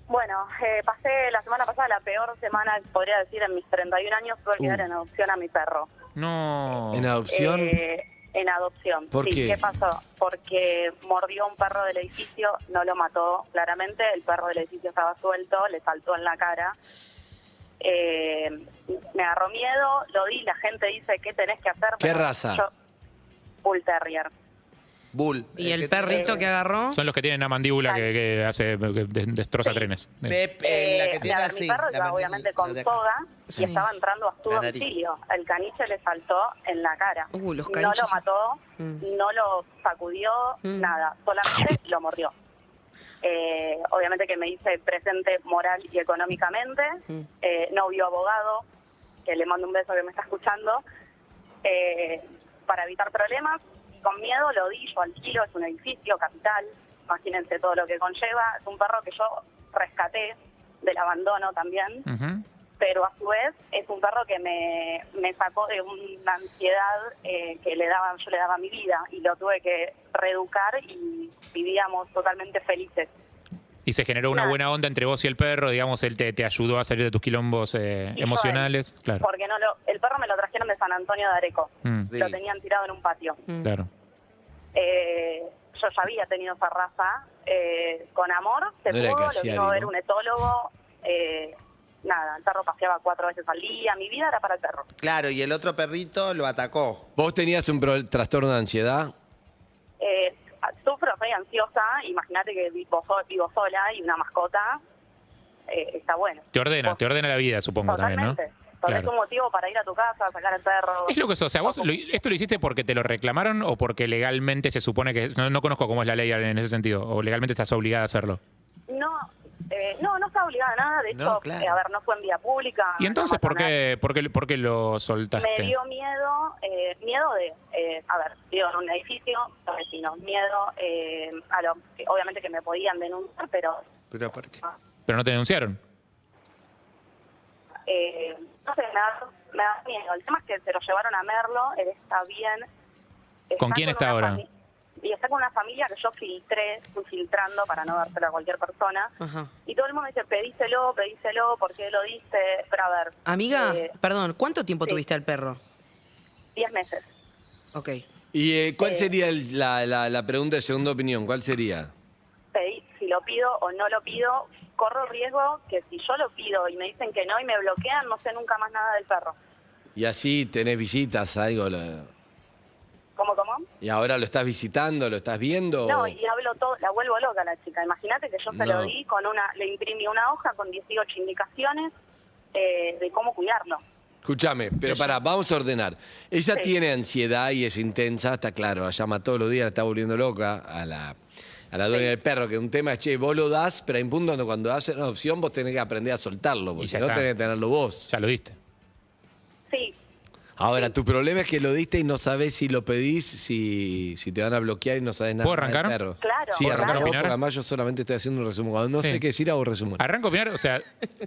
[SPEAKER 6] Bueno, eh, pasé la semana pasada la peor semana, podría decir, en mis 31 años, tuve que
[SPEAKER 5] Uh.
[SPEAKER 6] dar en adopción a mi perro.
[SPEAKER 3] No.
[SPEAKER 5] ¿En adopción?
[SPEAKER 6] Eh, en adopción.
[SPEAKER 5] ¿Por
[SPEAKER 6] sí,
[SPEAKER 5] qué?
[SPEAKER 6] pasó? Porque mordió a un perro del edificio, no lo mató claramente, el perro del edificio estaba suelto, le saltó en la cara. Eh, me agarró miedo, lo di, la gente dice, ¿qué tenés que hacer?
[SPEAKER 5] ¿Qué
[SPEAKER 6] Pero
[SPEAKER 5] raza?
[SPEAKER 6] yo- Bull Terrier.
[SPEAKER 7] Bull.
[SPEAKER 8] ¿Y
[SPEAKER 7] Eh,
[SPEAKER 8] el
[SPEAKER 7] que-
[SPEAKER 8] perrito que agarró?
[SPEAKER 3] Son los que tienen una mandíbula que, que hace que de- destroza trenes.
[SPEAKER 7] Pepe, la
[SPEAKER 6] Eh,
[SPEAKER 7] que tiene
[SPEAKER 6] a ver,
[SPEAKER 7] así.
[SPEAKER 6] mi perro
[SPEAKER 7] la
[SPEAKER 6] iba
[SPEAKER 7] manita-
[SPEAKER 6] obviamente
[SPEAKER 7] la
[SPEAKER 6] con
[SPEAKER 7] de acá.
[SPEAKER 6] soga
[SPEAKER 8] Sí.
[SPEAKER 6] y estaba entrando a su
[SPEAKER 7] La nariz.
[SPEAKER 6] domicilio. El caniche le saltó en la cara.
[SPEAKER 8] Uh, los
[SPEAKER 6] no lo
[SPEAKER 8] caniches.
[SPEAKER 6] mató,
[SPEAKER 8] Mm.
[SPEAKER 6] no lo sacudió,
[SPEAKER 8] Mm.
[SPEAKER 6] nada. Solamente lo mordió. Eh, obviamente que me hice presente moral y económicamente.
[SPEAKER 8] Mm.
[SPEAKER 6] Eh, no vio abogado, que le mando un beso que me está escuchando. Eh, para evitar problemas, y con miedo lo di yo al kilo, es un edificio capital, imagínense todo lo que conlleva, es un perro que yo rescaté del abandono también,
[SPEAKER 3] Ujú.
[SPEAKER 6] pero a su vez es un perro que me, me sacó de una ansiedad eh, que le daba, yo le daba a mi vida y lo tuve que reeducar y vivíamos totalmente felices.
[SPEAKER 3] Y se generó una
[SPEAKER 6] Claro.
[SPEAKER 3] buena onda entre vos y el perro, digamos, él te, te ayudó a salir de tus quilombos eh,
[SPEAKER 6] Y yo,
[SPEAKER 3] emocionales.
[SPEAKER 6] eh,
[SPEAKER 3] Claro,
[SPEAKER 6] Porque no lo, el perro me lo trajeron de San Antonio de Areco,
[SPEAKER 3] Mm.
[SPEAKER 7] Sí.
[SPEAKER 6] lo tenían tirado en un patio.
[SPEAKER 3] claro.
[SPEAKER 6] Eh, yo ya había tenido esa raza eh, con amor, se
[SPEAKER 5] No era
[SPEAKER 6] pudo, lo
[SPEAKER 5] Cassiari,
[SPEAKER 6] vino a ver
[SPEAKER 5] ¿no?
[SPEAKER 6] un etólogo, eh, nada, el perro paseaba cuatro veces al día, mi vida era para el perro.
[SPEAKER 7] Claro, y el otro perrito lo atacó.
[SPEAKER 5] ¿Vos tenías un pro- trastorno de ansiedad?
[SPEAKER 6] Eh, sufro, soy ansiosa, imagínate que vivo, so- vivo sola y una mascota, eh, está bueno.
[SPEAKER 3] Te ordena,
[SPEAKER 6] Vos-
[SPEAKER 3] te ordena la vida, supongo también, ¿no?
[SPEAKER 6] Totalmente, Entonces, es un motivo para ir a tu casa, sacar al perro.
[SPEAKER 3] Es lo que sos, o sea, vos lo- esto lo hiciste porque te lo reclamaron o porque legalmente se supone que no, no conozco cómo es la ley en ese sentido o legalmente estás obligada a hacerlo.
[SPEAKER 6] No, eh, no, no está obligada a nada, de
[SPEAKER 7] No,
[SPEAKER 6] hecho,
[SPEAKER 7] claro.
[SPEAKER 6] eh, a ver, no fue en vía pública.
[SPEAKER 3] Y entonces,
[SPEAKER 6] Ah, no pasó
[SPEAKER 3] ¿por
[SPEAKER 6] nada.
[SPEAKER 3] qué, por qué, por qué lo soltaste?
[SPEAKER 6] Me dio miedo, eh, miedo de, eh, a ver, vivo en un edificio, los vecinos, miedo eh, a lo que obviamente que me podían denunciar, pero
[SPEAKER 7] Pero ¿por qué?
[SPEAKER 3] Pero no te denunciaron.
[SPEAKER 6] Eh, no sé, me da, me da miedo. El tema es que se lo llevaron a Merlo, él está bien. Está
[SPEAKER 3] ¿Con quién está
[SPEAKER 6] una
[SPEAKER 3] ahora?
[SPEAKER 6] fami- Y está con una familia que yo filtré, fui filtrando para no dárselo a cualquier persona.
[SPEAKER 8] Ajá.
[SPEAKER 6] Y todo el mundo dice, pedíselo, pedíselo, ¿por qué lo dice? Pero a ver.
[SPEAKER 8] Amiga,
[SPEAKER 6] eh,
[SPEAKER 8] perdón, ¿cuánto tiempo
[SPEAKER 6] sí.
[SPEAKER 8] tuviste al perro?
[SPEAKER 6] 10 meses.
[SPEAKER 8] Ok.
[SPEAKER 5] ¿Y eh, cuál sería el- la, la- la pregunta de segunda opinión? ¿Cuál sería?
[SPEAKER 6] pedí- si lo pido o no lo pido, corro riesgo que si yo lo pido y me dicen que no y me bloquean, no sé nunca más nada del perro.
[SPEAKER 5] Y así tenés visitas, algo. la-
[SPEAKER 6] ¿Cómo, cómo?
[SPEAKER 5] ¿Y ahora lo estás visitando? ¿Lo estás
[SPEAKER 3] Oh.
[SPEAKER 5] viendo?
[SPEAKER 6] No, y hablo todo, la vuelvo loca a la chica. Imagínate que yo se
[SPEAKER 5] No.
[SPEAKER 6] lo di con una, le imprimí una hoja con 18 indicaciones eh, de cómo cuidarlo.
[SPEAKER 5] Escúchame, pero pará, vamos a ordenar. Ella
[SPEAKER 6] Sí.
[SPEAKER 5] tiene ansiedad y es intensa, está claro, la llama todos los días, la está volviendo loca a la, a la dueña del perro, que un tema es, che, vos lo das, pero hay un punto donde cuando das una opción vos tenés que aprender a soltarlo, porque
[SPEAKER 3] Y
[SPEAKER 5] si
[SPEAKER 3] ya
[SPEAKER 5] no
[SPEAKER 3] está.
[SPEAKER 5] tenés que tenerlo vos.
[SPEAKER 3] Ya lo diste.
[SPEAKER 6] Sí,
[SPEAKER 5] Ahora, tu problema es que lo diste y no sabés si lo pedís, si, si te van a bloquear y no sabés nada.
[SPEAKER 3] ¿Puedo
[SPEAKER 5] del
[SPEAKER 3] arrancar?
[SPEAKER 5] perro.
[SPEAKER 6] Claro,
[SPEAKER 5] Sí, arranca
[SPEAKER 6] ¿Puedo
[SPEAKER 3] arrancar a
[SPEAKER 5] vos,
[SPEAKER 3] opinar?
[SPEAKER 5] porque además yo solamente estoy haciendo un resumen. Cuando no
[SPEAKER 3] Sí. Ah,
[SPEAKER 5] sé qué decir, hago resumen.
[SPEAKER 3] Arranco a opinar, o sea,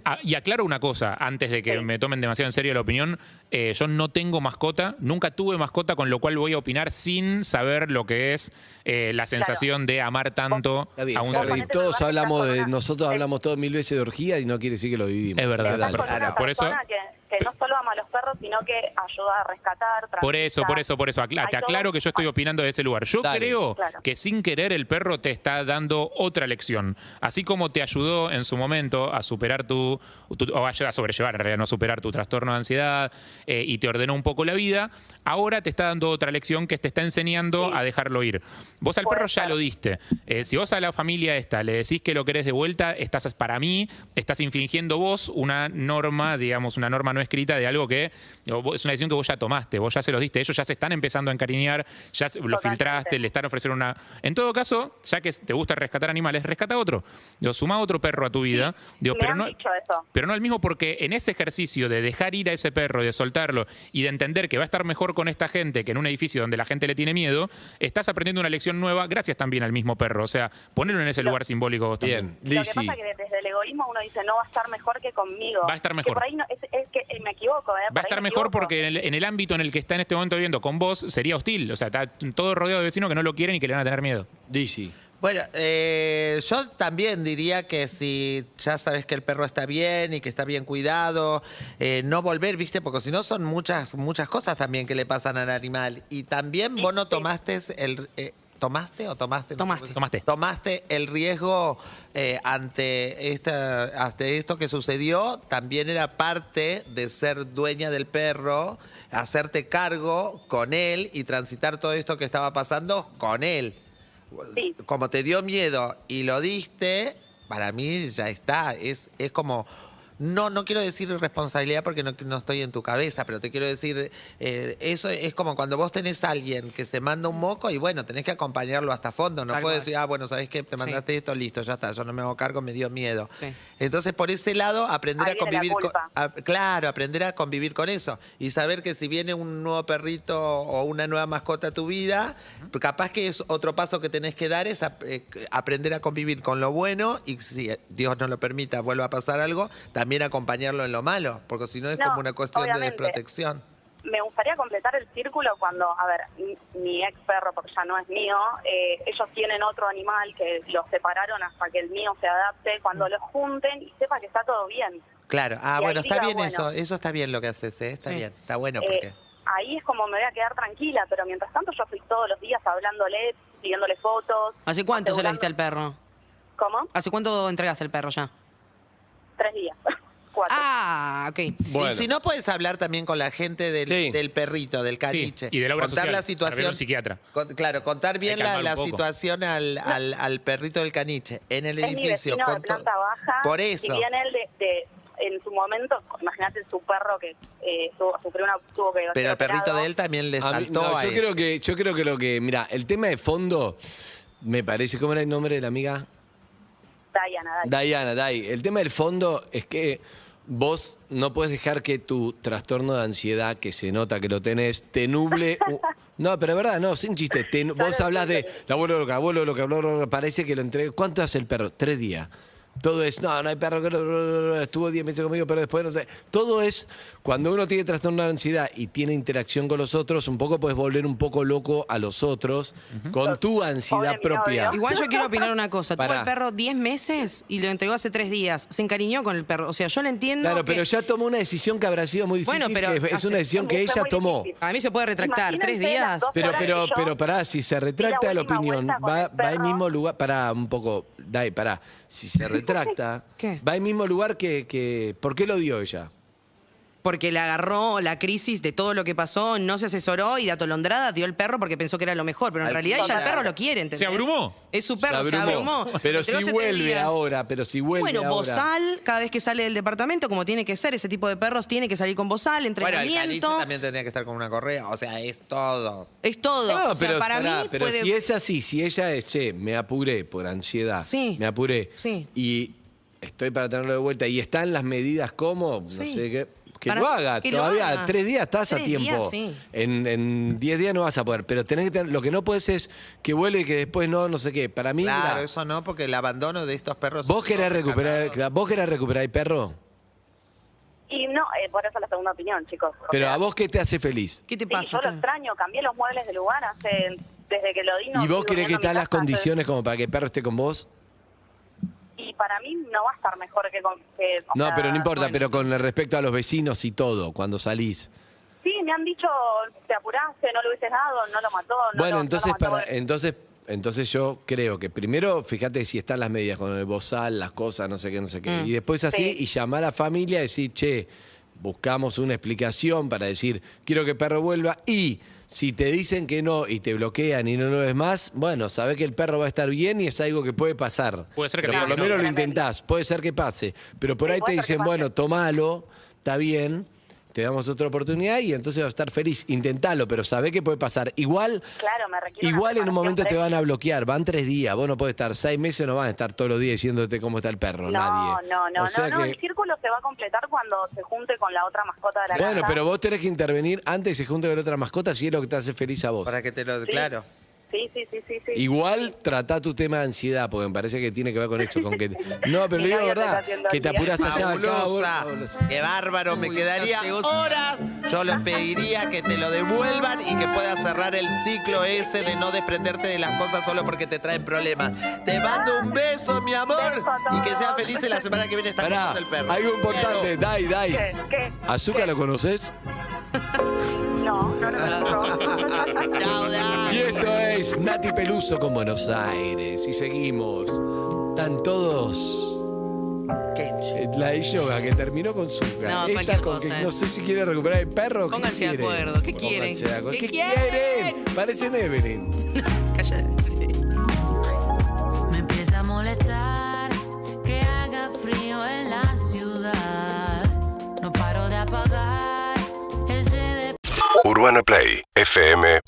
[SPEAKER 3] a- y aclaro una cosa, antes de que me tomen demasiado en serio la opinión, eh, yo no tengo mascota, nunca tuve mascota, con lo cual voy a opinar sin saber lo que es eh, la sensación de amar tanto
[SPEAKER 5] Está bien,
[SPEAKER 3] a un
[SPEAKER 5] Harry,
[SPEAKER 3] ser humano.
[SPEAKER 6] Ponete en el lugar
[SPEAKER 5] todos
[SPEAKER 6] de
[SPEAKER 5] hablamos
[SPEAKER 6] esa
[SPEAKER 5] de,
[SPEAKER 6] persona.
[SPEAKER 5] nosotros hablamos todos mil veces de orgía y no quiere decir que lo vivimos.
[SPEAKER 3] Es verdad,
[SPEAKER 5] Dale.
[SPEAKER 6] con una
[SPEAKER 3] perfecto. Ah, Por eso-
[SPEAKER 6] persona que, que no solo ama a los perros, sino que ayuda a rescatar.
[SPEAKER 3] Por eso,
[SPEAKER 6] tranquila.
[SPEAKER 3] por eso, por eso. Acla-
[SPEAKER 6] Hay
[SPEAKER 3] te
[SPEAKER 6] todo-
[SPEAKER 3] aclaro que yo estoy opinando de ese lugar. Yo
[SPEAKER 5] Dale.
[SPEAKER 3] creo
[SPEAKER 6] Claro.
[SPEAKER 3] que sin querer el perro te está dando otra lección. Así como te ayudó en su momento a superar tu, tu- o a, a sobrellevar, en realidad, no a superar tu trastorno de ansiedad eh, y te ordenó un poco la vida, ahora te está dando otra lección que te está enseñando a dejarlo ir. Vos al
[SPEAKER 6] Puede
[SPEAKER 3] perro ya
[SPEAKER 6] ser.
[SPEAKER 3] lo diste. Eh, si vos a la familia esta le decís que lo querés de vuelta, estás para mí, estás infringiendo vos una norma, digamos, una norma no escrita de algo que digo, vos- es una decisión que vos ya tomaste, vos ya se los diste, ellos ya se están empezando a encariñar, ya se- lo
[SPEAKER 6] Totalmente.
[SPEAKER 3] filtraste, le están ofreciendo una... En todo caso, ya que te gusta rescatar animales, rescata otro. Digo, suma otro perro a tu vida. Digo,
[SPEAKER 6] Me
[SPEAKER 3] pero
[SPEAKER 6] han
[SPEAKER 3] no,
[SPEAKER 6] dicho eso.
[SPEAKER 3] pero no el mismo porque en ese ejercicio de dejar ir a ese perro, de soltarlo y de entender que va a estar mejor con esta gente que en un edificio donde la gente le tiene miedo, estás aprendiendo una lección nueva gracias también al mismo perro. O sea, ponerlo en ese lugar simbólico vos también.
[SPEAKER 5] Bien,
[SPEAKER 6] Lo que
[SPEAKER 5] Lizzy.
[SPEAKER 6] pasa es que desde el egoísmo uno dice no va a estar mejor que conmigo.
[SPEAKER 3] Va a estar
[SPEAKER 6] Que
[SPEAKER 3] mejor.
[SPEAKER 6] por ahí no- es, es que eh, me equivoco. ¿eh?
[SPEAKER 3] Va
[SPEAKER 6] Por
[SPEAKER 3] a
[SPEAKER 6] ahí
[SPEAKER 3] estar
[SPEAKER 6] me
[SPEAKER 3] mejor
[SPEAKER 6] equivoco.
[SPEAKER 3] porque en el, en el ámbito en el que está en este momento viviendo con vos sería hostil. O sea, está todo rodeado de vecinos que no lo quieren y que le van a tener miedo.
[SPEAKER 5] Lizzy.
[SPEAKER 7] Bueno, eh, yo también diría que si ya sabes que el perro está bien y que está bien cuidado, eh, no volver, ¿viste? Porque si no son muchas, muchas cosas también que le pasan al animal. Y también vos no tomaste el... eh, ¿Tomaste o tomaste? No sé
[SPEAKER 8] Tomaste.
[SPEAKER 7] cómo se-
[SPEAKER 3] Tomaste.
[SPEAKER 7] Tomaste el riesgo eh, ante, esta, ante esto que sucedió. También era parte de ser dueña del perro, hacerte cargo con él y transitar todo esto que estaba pasando con él
[SPEAKER 6] Sí.
[SPEAKER 7] como te dio miedo y lo diste, para mí ya está. Es, es como. No, no quiero decir responsabilidad porque no, no estoy en tu cabeza, pero te quiero decir, eh, eso es como cuando vos tenés a alguien que se manda un moco y bueno, tenés que acompañarlo hasta fondo. No
[SPEAKER 8] Tal
[SPEAKER 7] puedo
[SPEAKER 8] cual.
[SPEAKER 7] decir, ah, bueno, ¿sabés qué? Te mandaste esto, listo, ya está, yo no me hago cargo, me dio miedo.
[SPEAKER 8] Sí.
[SPEAKER 7] Entonces, por ese lado, aprender
[SPEAKER 6] Ahí
[SPEAKER 7] a
[SPEAKER 6] viene la
[SPEAKER 7] convivir con,
[SPEAKER 6] culpa.
[SPEAKER 7] a- claro, aprender a convivir con eso y saber que si viene un nuevo perrito o una nueva mascota a tu vida, capaz que es otro paso que tenés que dar es ap- eh, aprender a convivir con lo bueno y si eh, Dios no lo permita vuelva a pasar algo, también acompañarlo en lo malo, porque si no es
[SPEAKER 6] No,
[SPEAKER 7] como una cuestión de
[SPEAKER 6] obviamente.
[SPEAKER 7] desprotección.
[SPEAKER 6] me gustaría completar el círculo cuando, a ver, mi, mi ex perro, porque ya no es mío, eh, ellos tienen otro animal que los separaron hasta que el mío se adapte, cuando
[SPEAKER 3] Mm.
[SPEAKER 6] los junten y sepa que está todo bien.
[SPEAKER 7] Claro, ah,
[SPEAKER 6] Y ahí
[SPEAKER 7] bueno, está
[SPEAKER 6] diga,
[SPEAKER 7] bien
[SPEAKER 6] bueno.
[SPEAKER 7] eso, eso está bien lo que haces, ¿eh? está
[SPEAKER 8] Sí.
[SPEAKER 7] bien, está bueno
[SPEAKER 6] Eh,
[SPEAKER 7] porque...
[SPEAKER 6] ahí es como me voy a quedar tranquila, pero mientras tanto yo fui todos los días hablándole, pidiéndole fotos.
[SPEAKER 8] ¿Hace cuánto se lo diste al
[SPEAKER 6] asegurando-
[SPEAKER 8] perro?
[SPEAKER 6] ¿Cómo?
[SPEAKER 8] ¿Hace cuánto entregaste el perro ya?
[SPEAKER 6] Tres días. Cuatro.
[SPEAKER 8] Ah, ok.
[SPEAKER 5] Bueno.
[SPEAKER 7] Y si no puedes hablar también con la gente del,
[SPEAKER 5] Sí.
[SPEAKER 7] del perrito, del cariche.
[SPEAKER 3] Sí, y de la obra
[SPEAKER 7] contar
[SPEAKER 3] social,
[SPEAKER 7] la
[SPEAKER 3] para ver
[SPEAKER 7] situación.
[SPEAKER 3] un psiquiatra.
[SPEAKER 7] con- claro, contar bien
[SPEAKER 3] que
[SPEAKER 7] la,
[SPEAKER 3] armar un
[SPEAKER 7] la
[SPEAKER 3] poco.
[SPEAKER 7] situación al, al- al perrito del caniche en el
[SPEAKER 6] es mi
[SPEAKER 7] edificio.
[SPEAKER 6] vecino de
[SPEAKER 7] con to-
[SPEAKER 6] planta baja.
[SPEAKER 7] Por
[SPEAKER 6] Si
[SPEAKER 7] eso.
[SPEAKER 6] bien él de, de- en su momento, imagínate su perro que eh, tuvo, sufrió una, tuvo que ser
[SPEAKER 7] Pero el perrito
[SPEAKER 6] operado.
[SPEAKER 7] de él también le
[SPEAKER 5] A mí-
[SPEAKER 7] saltó
[SPEAKER 5] no,
[SPEAKER 7] a
[SPEAKER 5] yo
[SPEAKER 7] él.
[SPEAKER 5] creo que yo creo que lo que mira el tema de fondo me parece cómo era el nombre de la amiga
[SPEAKER 6] Diana, Diana.
[SPEAKER 5] Diana Dai el tema del fondo es que vos no puedes dejar que tu trastorno de ansiedad que se nota que lo tenés te nuble u- no pero es verdad no sin chiste te nu- vos hablas de la abuelo loca abuelo loca abuelo loca parece que lo entregué cuánto hace el perro tres días Todo es, no, no hay perro, que estuvo 10 meses conmigo, pero después no sé. Todo es, cuando uno tiene trastorno de ansiedad y tiene interacción con los otros, un poco puedes volver un poco loco a los otros con tu ansiedad
[SPEAKER 6] Pobre mi
[SPEAKER 5] propia.
[SPEAKER 6] novio.
[SPEAKER 8] Igual yo quiero opinar una cosa. Tuvo
[SPEAKER 5] Pará.
[SPEAKER 8] el perro 10 meses y lo entregó hace 3 días. Se encariñó con el perro. O sea, yo lo entiendo.
[SPEAKER 5] Claro,
[SPEAKER 8] que-
[SPEAKER 5] pero ya tomó una decisión que habrá sido muy difícil.
[SPEAKER 8] Bueno, pero
[SPEAKER 5] que es, es
[SPEAKER 8] hace-
[SPEAKER 5] una decisión que
[SPEAKER 6] Fue
[SPEAKER 5] ella
[SPEAKER 6] muy
[SPEAKER 5] tomó.
[SPEAKER 6] difícil.
[SPEAKER 8] A mí se puede retractar. ¿Tres
[SPEAKER 6] Imagínense
[SPEAKER 8] días?
[SPEAKER 6] las dos
[SPEAKER 5] Pero,
[SPEAKER 6] horas
[SPEAKER 5] pero,
[SPEAKER 6] que yo-
[SPEAKER 5] pero pará, si se retracta la
[SPEAKER 6] di la última
[SPEAKER 5] opinión,
[SPEAKER 6] vuelta con
[SPEAKER 5] va,
[SPEAKER 6] el
[SPEAKER 5] va al
[SPEAKER 6] perro.
[SPEAKER 5] mismo lugar, pará, un poco, dai, pará. Si se retracta,
[SPEAKER 8] ¿Qué?
[SPEAKER 5] va al mismo lugar que, que. ¿Por qué lo dio ella?
[SPEAKER 8] Porque le agarró la crisis de todo lo que pasó, no se asesoró y de atolondrada dio el perro porque pensó que era lo mejor. Pero en
[SPEAKER 7] Al
[SPEAKER 8] realidad ya el
[SPEAKER 7] total.
[SPEAKER 8] perro lo quiere, ¿entendés?
[SPEAKER 3] ¿Se abrumó?
[SPEAKER 8] Es su perro, se abrumó.
[SPEAKER 5] Pero
[SPEAKER 8] Lo
[SPEAKER 5] si
[SPEAKER 8] entregó hace tres
[SPEAKER 5] vuelve
[SPEAKER 8] días.
[SPEAKER 5] ahora, pero si vuelve
[SPEAKER 8] Bueno,
[SPEAKER 5] ahora.
[SPEAKER 8] bozal, cada vez que sale del departamento, como tiene que ser, ese tipo de perros tiene que salir con bozal,
[SPEAKER 7] Bueno, el caliche
[SPEAKER 8] entrenamiento.
[SPEAKER 7] también tendría que estar con una correa. O sea, es todo.
[SPEAKER 8] es todo.
[SPEAKER 5] No,
[SPEAKER 8] O sea,
[SPEAKER 5] pero,
[SPEAKER 8] para
[SPEAKER 5] pará,
[SPEAKER 8] mí
[SPEAKER 5] pero
[SPEAKER 8] puede-
[SPEAKER 5] si es así, si ella es, che, me apuré por ansiedad,
[SPEAKER 8] Sí.
[SPEAKER 5] me apuré
[SPEAKER 8] Sí.
[SPEAKER 5] y estoy para tenerlo de vuelta y están las medidas como,
[SPEAKER 8] Sí.
[SPEAKER 5] no sé qué, que
[SPEAKER 8] Para-
[SPEAKER 5] lo haga,
[SPEAKER 8] que lo
[SPEAKER 5] todavía
[SPEAKER 8] haga.
[SPEAKER 5] tres días estás a
[SPEAKER 8] Tres
[SPEAKER 5] tiempo.
[SPEAKER 8] días, sí.
[SPEAKER 5] En, en diez días no vas a poder, pero tenés que tener, lo que no puedes es que vuelve y que después no, no sé qué. Para mí,
[SPEAKER 7] Claro,
[SPEAKER 5] mirá,
[SPEAKER 7] eso no, porque el abandono de estos perros.
[SPEAKER 5] vos querés
[SPEAKER 7] no,
[SPEAKER 5] recuperar,
[SPEAKER 7] rescatados.
[SPEAKER 5] vos querés recuperar el perro,
[SPEAKER 6] Y no, eh, por eso la segunda opinión, chicos. O
[SPEAKER 5] pero
[SPEAKER 6] sea,
[SPEAKER 5] a vos qué te hace feliz.
[SPEAKER 8] ¿Qué te
[SPEAKER 6] sí,
[SPEAKER 8] pasa?
[SPEAKER 6] yo lo extraño, cambié los muebles de lugar hace, desde que lo di. no
[SPEAKER 5] ¿Y vos crees que
[SPEAKER 6] estoy durmiendo en mi
[SPEAKER 5] están las
[SPEAKER 6] casa, entonces-
[SPEAKER 5] condiciones como para que el perro esté con vos?
[SPEAKER 6] Y para mí no va a estar mejor que con... que, o
[SPEAKER 5] No,
[SPEAKER 6] sea,
[SPEAKER 5] pero no importa,
[SPEAKER 8] bueno,
[SPEAKER 5] pero con respecto a los vecinos y todo, cuando salís.
[SPEAKER 6] Sí, me han dicho, te apuraste, no lo hubieses dado, no lo mató. No
[SPEAKER 5] bueno,
[SPEAKER 6] lo- no
[SPEAKER 5] entonces
[SPEAKER 6] lo mató.
[SPEAKER 5] para entonces entonces yo creo que primero fíjate si están las medidas con el bozal, las cosas, no sé qué, no sé qué. Y después así
[SPEAKER 6] Mm, Sí.
[SPEAKER 5] y llamar a la familia y decir, "Che, buscamos una explicación para decir, quiero que el perro vuelva y si te dicen que no y te bloquean y no lo ves más, bueno, sabés que el perro va a estar bien y es algo que puede pasar.
[SPEAKER 3] Puede ser que
[SPEAKER 5] Pero
[SPEAKER 3] te
[SPEAKER 5] por lo
[SPEAKER 3] digan que no.
[SPEAKER 5] menos lo intentás, puede ser que pase. Pero por
[SPEAKER 6] Sí,
[SPEAKER 5] ahí te
[SPEAKER 6] puede ser que
[SPEAKER 5] dicen,
[SPEAKER 6] pase.
[SPEAKER 5] bueno, tomalo, está bien, te damos otra oportunidad y entonces vas a estar feliz. Intentalo, pero sabés que puede pasar. Igual,
[SPEAKER 6] Claro, me requiere una
[SPEAKER 5] igual en un
[SPEAKER 6] preparación
[SPEAKER 5] momento te
[SPEAKER 6] previa.
[SPEAKER 5] van a bloquear, van tres días, vos no podés estar seis meses, no van a estar todos los días diciéndote cómo está el perro,
[SPEAKER 6] No,
[SPEAKER 5] nadie.
[SPEAKER 6] no, no,
[SPEAKER 5] O sea
[SPEAKER 6] no, no,
[SPEAKER 5] que-
[SPEAKER 6] el círculo se va a completar cuando se junte con la otra mascota de la
[SPEAKER 5] Bueno,
[SPEAKER 6] casa.
[SPEAKER 5] pero vos tenés que intervenir antes que se junte con otra mascota si es lo que te hace feliz a vos.
[SPEAKER 7] Para que te lo. Claro.
[SPEAKER 6] Sí, sí, sí, sí. sí.
[SPEAKER 5] Igual tratá tu tema de ansiedad, porque me parece que tiene que ver con eso, con que... No, pero
[SPEAKER 6] Mi
[SPEAKER 5] le digo
[SPEAKER 6] novio te está
[SPEAKER 5] verdad,
[SPEAKER 6] haciendo
[SPEAKER 5] que te
[SPEAKER 6] ansiedad.
[SPEAKER 5] apurás allá, acá, vos-
[SPEAKER 7] Fabulosa. Qué bárbaro, me
[SPEAKER 8] Uy,
[SPEAKER 7] quedaría
[SPEAKER 8] no sé, vos-
[SPEAKER 7] horas. Yo les pediría que te lo devuelvan y que puedas cerrar el ciclo ese de no desprenderte de las cosas solo porque te traen problemas. Te mando un beso, mi amor,
[SPEAKER 6] Beso a todos.
[SPEAKER 7] y que seas feliz en la semana que viene estás con
[SPEAKER 5] Pará,
[SPEAKER 7] vos el perro.
[SPEAKER 5] algo importante,
[SPEAKER 7] Quiero.
[SPEAKER 5] Dai, Dai.
[SPEAKER 6] ¿Qué? ¿Qué?
[SPEAKER 5] ¿Azúcar lo conoces?
[SPEAKER 6] No, no, no, no. no.
[SPEAKER 8] Chao, dale.
[SPEAKER 5] Y esto es Nati Peluso con Buenos Aires. Y seguimos. Están todos. Eh, La de yoga que terminó con su
[SPEAKER 8] No,
[SPEAKER 5] Esta
[SPEAKER 8] cualquier
[SPEAKER 5] con que
[SPEAKER 8] cosa, eh.
[SPEAKER 5] no sé si quiere recuperar el perro. ¿qué
[SPEAKER 8] Pónganse de
[SPEAKER 5] quiere?
[SPEAKER 8] acuerdo, ¿qué quieren?
[SPEAKER 5] Pónganse de acuerdo.
[SPEAKER 8] ¿Qué
[SPEAKER 5] ¿Qué quieren? Parecen Evelyn.
[SPEAKER 8] Cállate.
[SPEAKER 11] Me empieza a molestar que haga frío en la ciudad. No paro de apagar ese
[SPEAKER 1] UrbanaPlay fm.com